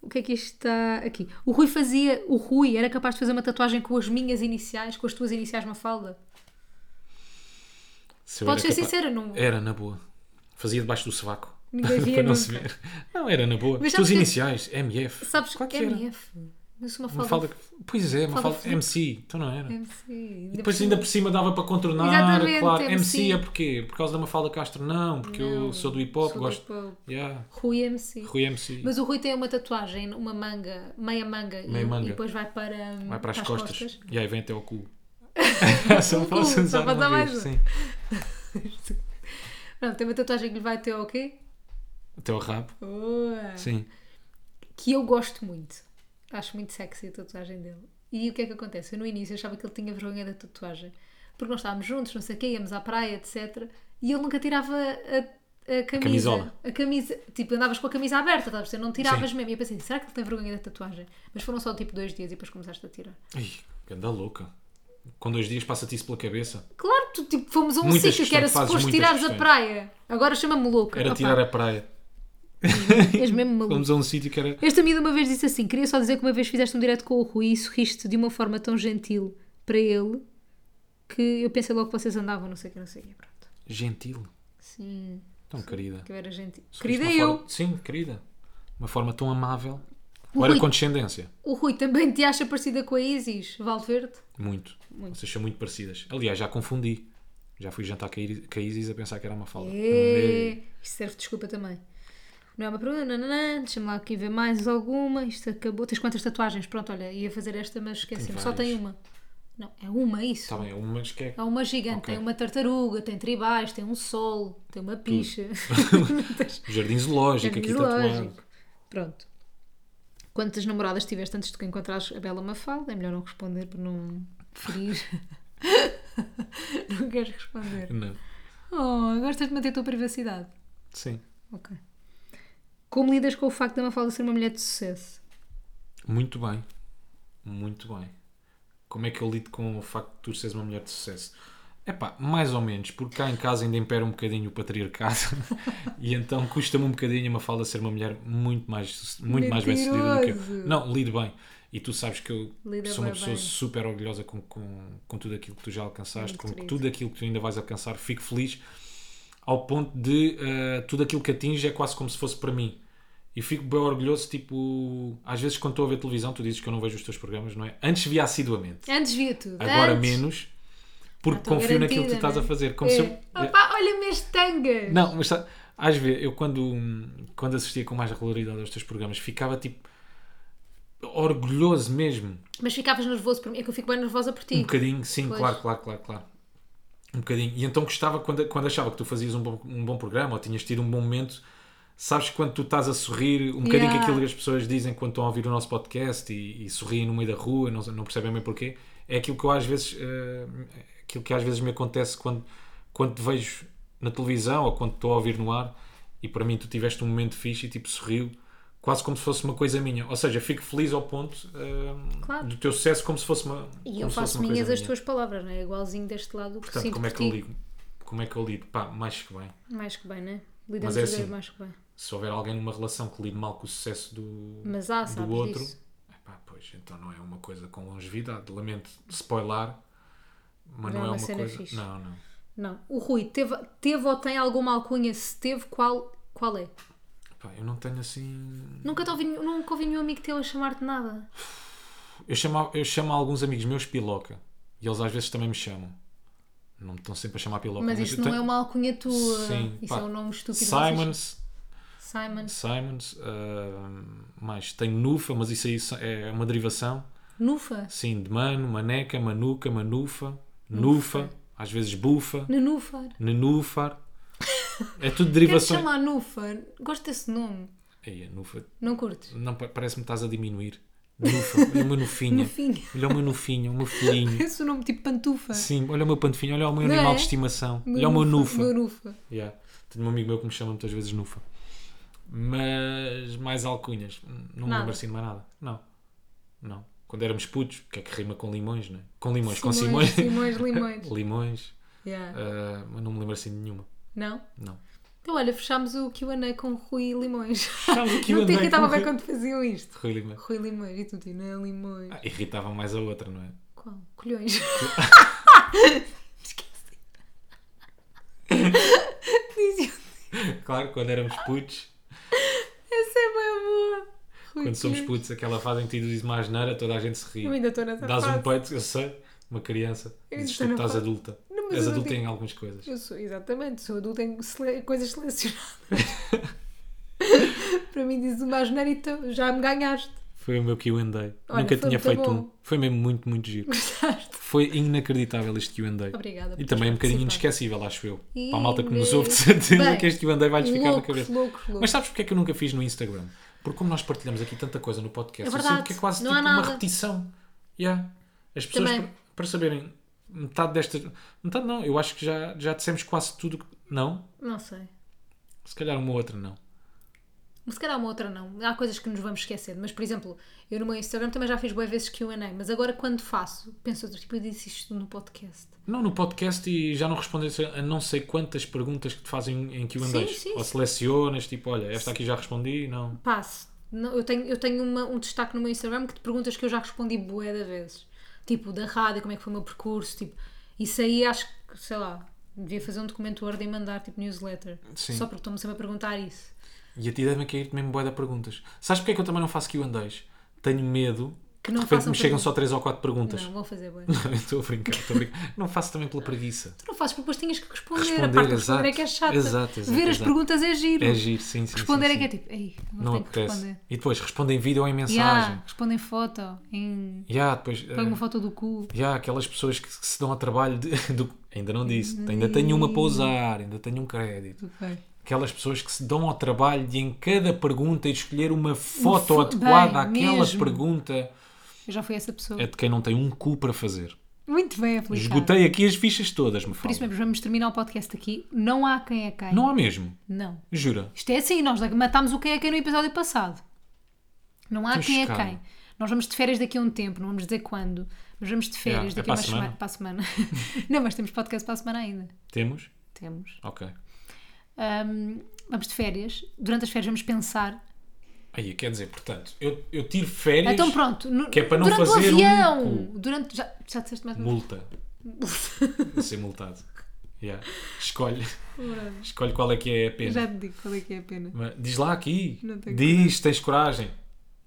O que é que isto está aqui? O Rui fazia, o Rui era capaz de fazer uma tatuagem com as minhas iniciais, com as tuas iniciais, Mafalda.
Se eu
Podes ser
era capaz-
sincera, não.
Era na boa. Fazia debaixo do sovaco. [laughs]
Ninguém via
para não se
nunca.
ver. Não, era na boa.
Mas
Os
sabes
teus
que-
iniciais, MF.
Sabes
Claro
que
era.
MF? Eu sou uma
Uma
falda.
falda... Pois é, uma
Mafalda
falda...
Filipe.
MC. Então não era.
MC. Ainda
Depois
por
ainda
cima.
por cima dava para contornar,
é. Exatamente,
claro.
MC.
MC. é porquê? Por causa da Mafalda Castro? Não, porque eu
Não,
sou do hip hop,
sou do
gosto.
hip-hop.
Yeah.
Rui MC.
Rui MC.
Mas o Rui tem uma tatuagem, uma manga, meia manga,
Meia
e,
manga.
e depois vai para, hum,
Vai para as costas. E aí vem até ao
[laughs]
cu.
O
só assim,
cu,
posso
só
usar
para
uma
dar mais
vez,
um.
sim.
Pronto, tem uma tatuagem que lhe vai até ao quê?
Até ao rabo.
Boa.
Sim.
que eu gosto muito. Acho muito sexy a tatuagem dele. E o que é que acontece? Eu no início achava que ele tinha vergonha da tatuagem. Porque nós estávamos juntos, não sei o quê, íamos à praia, etc. E ele nunca tirava a, a camisa.
camisola.
A camisa. Tipo, andavas com a camisa aberta, estás a perceber? Não tiravas mesmo. E eu pensei, será que ele tem vergonha da tatuagem? Mas foram só tipo dois dias e depois começaste a tirar.
Ai, que anda louca. Com dois dias passa-te isso pela cabeça.
Claro, tu, tipo, fomos a um
Muitas
sítio que era
questões, fazes
suposto
muitas
tirares a
questões.
praia. Agora chama-me louca.
Era
Opa,
tirar a praia.
És mesmo maluco.
Vamos a um sítio que era.
Este amigo uma vez disse assim: queria só dizer que uma vez fizeste um direto com o Rui e sorriste de uma forma tão gentil para ele que eu pensei logo que vocês andavam, não sei o que, não sei o que. Pronto.
Gentil.
Sim,
Tão querida.
que eu era gentil.
Uma
Querida eu.
forma- Sim, querida. Uma forma tão amável.
Ui.
Olha a condescendência.
O Rui também te acha parecida com a Isis Valverde?
Muito. Vocês são muito parecidas. Aliás, já confundi. Já fui jantar com a Iris- com a Isis a pensar que era uma Hum, falda.
É. Isto serve de desculpa também. Não é uma pergunta, nananã, deixa-me lá aqui ver mais alguma. Isto acabou. Tens quantas tatuagens? Pronto, olha, ia fazer esta, mas esqueci-me. Só
várias.
tem uma. Não, é uma, isso.
Está bem, é uma mas que é.
Há uma gigante,
Ok.
tem uma tartaruga, tem tribais, tem um sol, tem uma
[laughs]
picha. [laughs]
Jardim zoológico aqui tatuado.
Lógico. Pronto. Quantas namoradas tiveste antes de que encontrares a Bela Mafalda? É melhor não responder para não ferir. [laughs] não queres responder.
Não.
Oh, gostas de manter a tua privacidade.
Sim.
Ok. Como lidas com o facto da Mafalda ser uma mulher de sucesso?
Muito bem. Muito bem. Como é que eu lido com o facto de tu seres uma mulher de sucesso? Epá, mais ou menos, porque cá em casa ainda impera um bocadinho o patriarcado [laughs] e então custa-me um bocadinho uma fala ser uma mulher muito mais, muito mais bem sucedida do que eu.
Mentiroso.
Não, lido bem. E tu sabes que eu
Lida
sou uma
bué
pessoa
bem.
super orgulhosa com, com, com tudo aquilo que tu já alcançaste,
Muito
com
querido.
tudo aquilo que tu ainda vais alcançar. Fico feliz ao ponto de eh, tudo aquilo que atinge é quase como se fosse para mim. E fico bem orgulhoso, tipo, às vezes quando estou a ver televisão, tu dizes que eu não vejo os teus programas, não é? Antes via assiduamente,
Antes via tudo.
agora
antes.
menos, porque
Ah, estou
confio naquilo que
garantida,
tu estás
né?
a fazer. Como
É.
se eu- eh,
Opa, olha-me as tangas.
Não, mas sabe, às vezes, eu quando, quando assistia com mais regularidade aos teus programas, ficava tipo orgulhoso mesmo.
Mas ficavas nervoso por mim. É que eu fico bem nervosa por ti.
Um bocadinho, sim,
Pois.
claro, claro, claro, claro. Um bocadinho. E então gostava quando, quando achava que tu fazias um bom, um bom programa ou tinhas tido um bom momento. Sabes que quando tu estás a sorrir, um bocadinho
Yeah.
que aquilo que as pessoas dizem quando estão a ouvir o nosso podcast e, e sorriem no meio da rua, não, não percebem bem porquê, é aquilo que eu às vezes eh, aquilo que às vezes me acontece quando, quando te vejo na televisão ou quando estou a ouvir no ar e para mim tu tiveste um momento fixe e tipo sorriu, quase como se fosse uma coisa minha. Ou seja, fico feliz ao ponto eh,
Claro.
do teu sucesso como se fosse uma.
E
como
eu
se fosse
faço
uma coisa
minhas as
minha.
tuas palavras, não é? Igualzinho deste lado que
Portanto,
sinto
como é
por
que eu
ti.
lido? Como é que eu lido? Pá, mais que bem.
Mais que bem, não é? Lidamos
Mas é
os dois
assim.
mais que bem.
Se houver alguém numa relação que lide mal com o sucesso do,
Mas há,
do
sabes
outro,
disso.
epá, pois, então não é uma coisa com longevidade. Lamento spoiler, mas não, é uma
cena
coisa.
fixe.
Não, não.
Não. O Rui teve, teve ou tem alguma alcunha? Se teve, qual, qual é?
Epá, eu não tenho assim.
Nunca, te ouvi, nenhum- nunca ouvi nenhum amigo teu a chamar-te nada.
Eu chamo, eu chamo alguns amigos meus piloca. E eles às vezes também me chamam. Não me estão sempre a chamar pelo
Mas
eu
isso não
tenho-
é uma alcunha tua.
Sim,
isso
pá.
é um nome estúpido. Vocês-
Simons,
Simon.
Simons, ah, mais tenho Nufa, mas isso aí só- é uma derivação.
Nufa.
Sim, de mano, maneca, manuca, manufa, nufa, às vezes bufa,
Nanufar.
nenufar. É tudo
Quero te
derivações.
chamar Nufa. Gosto desse nome.
Ei, a nufa,
Não curtes?
não, pa- parece-me que estás a diminuir. Nufa, olha uma nufinha.
Nufinha. [laughs]
Olha uma nufinha, uma filhinha.
Esse é um nome tipo pantufa.
Sim, olha o meu pantofinho, olha o meu
Não
animal
é?
de estimação. Olha o meu nufa.
Meu nufa.
Yeah. Tenho um amigo meu que me chama muitas vezes Nufa. Mas mais alcunhas. Não me
Nada.
lembro assim de mais nada. Não. Não. Quando éramos putos, o que é que rima com limões, né? Com limões, com
Simões, Simões,
simões. [laughs]
limões.
limões.
Yeah.
ah, mas não me lembro assim de nenhuma.
Não?
Não.
Então olha, fechámos o QA com Rui
[laughs]
Limões.
Fechámos o
Não te
Q&A
irritava
com
bem
Rui-
quando faziam isto.
Rui Lima.
Rui Limões e tu dizes, não é Limões.
Ah, irritava mais a outra, não é?
Qual?
[laughs]
Colhões. [laughs] Esqueci. Dizia,
Claro, quando éramos putos,
essa é bem boa. Rui
quando somos
Colhões.
putos, aquela fase em que tu dizes mais neira, toda a gente se ri.
Eu ainda estou nessa
Dás
fase.
um peito, eu sei, uma criança.
Eu
Dizes
estou
tu que
na
estás
fase-
adulta.
Não, mas
És
eu não
adulta
digo-
em algumas coisas.
Eu sou, exatamente, sou adulta, tenho sele- coisas
[laughs]
selecionadas. Para mim dizes uma asneira e tu já me ganhaste. [laughs]
Foi o meu QA.
Olha,
Nunca
foi
tinha
muito
feito
bom.
um. Foi mesmo muito, muito giro.
Gostaste?
Foi inacreditável este QA.
Obrigada.
E
por
também um bocadinho
participar.
inesquecível, acho eu. Para a malta que nos
Ines-
ouve, [laughs] de certeza
Bem,
que este QA vai-lhes ficar na
loucos,
cabeça.
loucos, loucos.
Mas sabes porque é que eu nunca fiz no Instagram? Porque como nós partilhamos aqui tanta coisa no podcast,
É
eu
verdade,
sinto que é quase
não
tipo
há
uma
nada.
repetição. Yeah. As pessoas,
Também.
para, para saberem, metade destas. Metade não, eu acho que já, já dissemos quase tudo. que- Não?
Não sei.
Se calhar uma outra não.
Mas se calhar uma outra não. Há coisas que nos vamos esquecendo. Mas, por exemplo, eu no meu Instagram também já fiz boas vezes QA, mas agora quando faço, penso tipo, eu disse isto no podcast.
Não, no podcast e já não respondes a não sei quantas perguntas que te fazem em Q&A.
Sim, sim,
Ou
sim.
selecionas, tipo, olha, esta aqui já respondi, não.
Passo. Não, eu tenho, eu tenho uma- um destaque no meu Instagram que te perguntas que eu já respondi bué de vezes. Tipo, da rádio, como é que foi o meu percurso, tipo... Isso aí acho que, sei lá, devia fazer um documento Word e mandar, tipo, newsletter.
Sim.
Só porque estão-me sempre a perguntar isso.
E a ti deve-me cair mesmo boia de perguntas. Sabes porque é que eu também não faço Q&As? Tenho medo
Que não
de repente
façam
me chegam
perguntas.
só três ou quatro perguntas.
Não, vão fazer bué.
Não, eu [laughs] estou a brincar, estou a brincar. não faço também pela preguiça.
Tu não fazes porque depois tinhas que responder. a
Responder,
parte de responder
exato.
é que é chata.
Exato, exato,
Ver as
exato.
perguntas é giro.
É giro, sim, sim.
Responder
sim,
é que é
sim.
tipo, ei, agora
Não
tenho que
apetece.
responder.
E depois, respondem em vídeo ou em mensagem.
Yeah,
Yeah.
respondem foto, em...
depois...
Põe uma
eh,
foto do cu.
yeah, aquelas pessoas que, que se dão ao trabalho de, [laughs] do- Ainda não disse. Ainda tenho
Uhum.
uma para usar, ainda tenho um crédito.
Ok.
Aquelas pessoas que se dão ao trabalho de em cada pergunta e de escolher uma foto
Um fo-
adequada
bem,
àquela
mesmo.
pergunta
Eu já fui essa pessoa.
é de quem não tem um cu para fazer.
Muito bem aplicado.
Esgotei aqui as fichas todas, me
é. Por isso
fala.
mesmo, vamos terminar o podcast aqui. Não há quem é quem.
Não há mesmo.
Não.
Jura.
Isto é assim, nós matámos o quem é quem no episódio passado. Não há
Estou
quem
chocado.
é quem. Nós vamos de férias daqui a um tempo, não vamos dizer quando, mas vamos de férias
Yeah, é
daqui a
para
uma
a semana.
semana. Para a semana. [laughs] não, mas temos podcast para a semana ainda.
Temos?
Temos.
Ok.
Ahm, vamos de férias. Durante as férias vamos pensar.
Aí, quer dizer, portanto, eu, eu tiro férias,
Então pronto. no-
Que é para não
durante
fazer
o
um
avião.
cu.
Durante, já, já disseste mais uma
multa. de ser multado. Yeah. Escolhe. Escolhe qual é que é a pena.
Já te digo qual é que é a pena.
Mas Diz lá aqui.
Não tenho
Diz, tens coragem.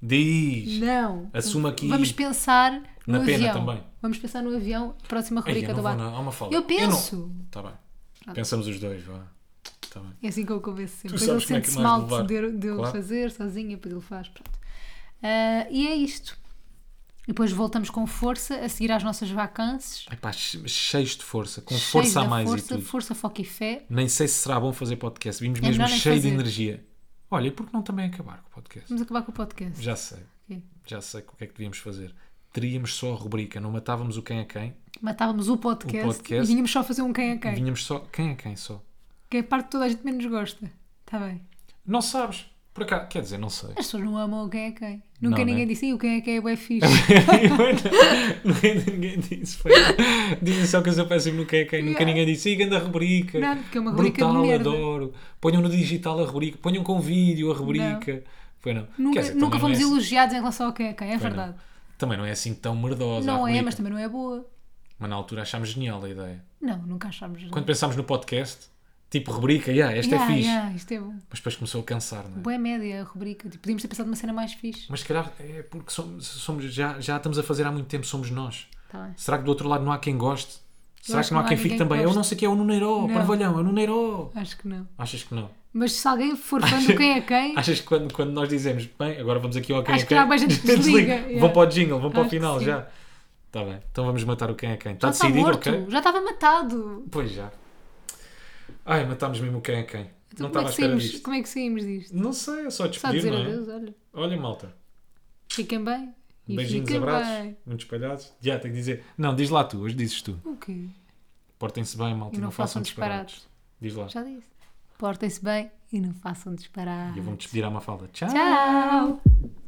Diz.
Não.
Assuma aqui.
Vamos pensar
Na
no
pena
avião.
também.
Vamos pensar no avião. Próxima
Ai,
rubrica
eu
do
não vou,
bar.
não. Há uma fala.
Eu
não-
penso.
Tá bem. Pensamos os dois, vá. Tá bem.
É assim que eu convenço sempre.
Tu
Depois ele
sabes como é que
sente-se
nós
mal
levar.
de eu de eu
Claro.
fazer sozinha, depois ele faz. Pronto. Ah, e é isto. E Depois voltamos com força a seguir às nossas vacances.
Epá, che- cheios de força, com
Cheios
força a
da
mais
força,
e tudo.
força, foco e fé.
Nem sei se será bom fazer podcast. Vimos mesmo
melhor nem
cheio de
fazer.
energia. Olha, e por que não também é acabar com o podcast?
Vamos acabar com o podcast.
Já sei.
Ok.
Já sei o que é que devíamos fazer. Teríamos só a rubrica, não matávamos o quem é quem,
Matávamos o podcast,
O podcast.
e vinhamos só fazer um quem é quem.
vinhamos só quem é quem só.
Que é a parte que toda a gente menos gosta. Está bem.
Não sabes. Por acaso, quer dizer,
[laughs]
não sei. [laughs]
As pessoas não amam o quem é quem. Nunca
Não, né?
ninguém disse, e o quem é quem é bué
[laughs]
fixe.
nunca ninguém disse. Foi. Dizem só que eu sou péssimo no quem é quem. Nunca
Yeah.
ninguém disse. Siga a rubrica.
Não, porque é uma rubrica de
Brutal,
merda.
adoro. Ponham no digital a rubrica. Ponham com vídeo a rubrica. Foi não. Quer
Nunca,
dizer,
nunca
também
fomos
não é assim-
elogiados em relação ao quem é quem, é
Foi não.
verdade.
Também não é assim tão merdosa. a
Não é,
rubrica.
mas também não é boa.
Mas na altura achámos genial a ideia.
Não, nunca achámos.
Quando pensámos no podcast, tipo rubrica, yeah, esta é
Yeah,
fixe.
yeah, isto é bom.
Mas depois começou a cansar, não é?
Boa média a rubrica. Tipo, podíamos ter pensado numa cena mais fixe.
Mas se calhar é porque somos, somos- já, já estamos a fazer há muito tempo, somos nós.
Tá bem.
Será que do outro lado não há quem goste? Será
acho
que não há quem fique também? Eu
goste.
não sei quem é o Nuneiro,
Não.
Parvalhão, é o Nuneiro.
Acho que não.
Achas que não?
Mas se alguém for fã do quem é quem,
Achas que quando, quando nós dizemos, bem, agora vamos aqui ao quem
Acho que
é quem?
já mais
[laughs]
gente desliga, yeah.
Vão para o jingle, vão para o
Acho que
final
sim.
já. Está bem, então vamos matar o quem é quem. Está
já está
decidido,
morto.
ok?
Já estava matado.
Pois já. Ai, matámos mesmo o quem é quem.
Então,
não
como, é
estava à
que
espera
saímos,
disto.
como é que saímos disto?
Não sei, é só
Só
despedir,
dizer
não é?
adeus, olha.
Olha, malta.
Fiquem bem. E
Beijinhos,
fiquem
abraços,
bem.
muito espalhados. Já, tenho que dizer. Não, diz lá tu, hoje dizes tu.
O quê?
Portem-se bem, malta,
E não, façam
Tipo, disparados.
disparados.
Diz lá.
Já disse. Portem-se bem e não façam disparados.
E eu vou-me despedir à Mafalda. Tchau.
Tchau!
tá é. é. então,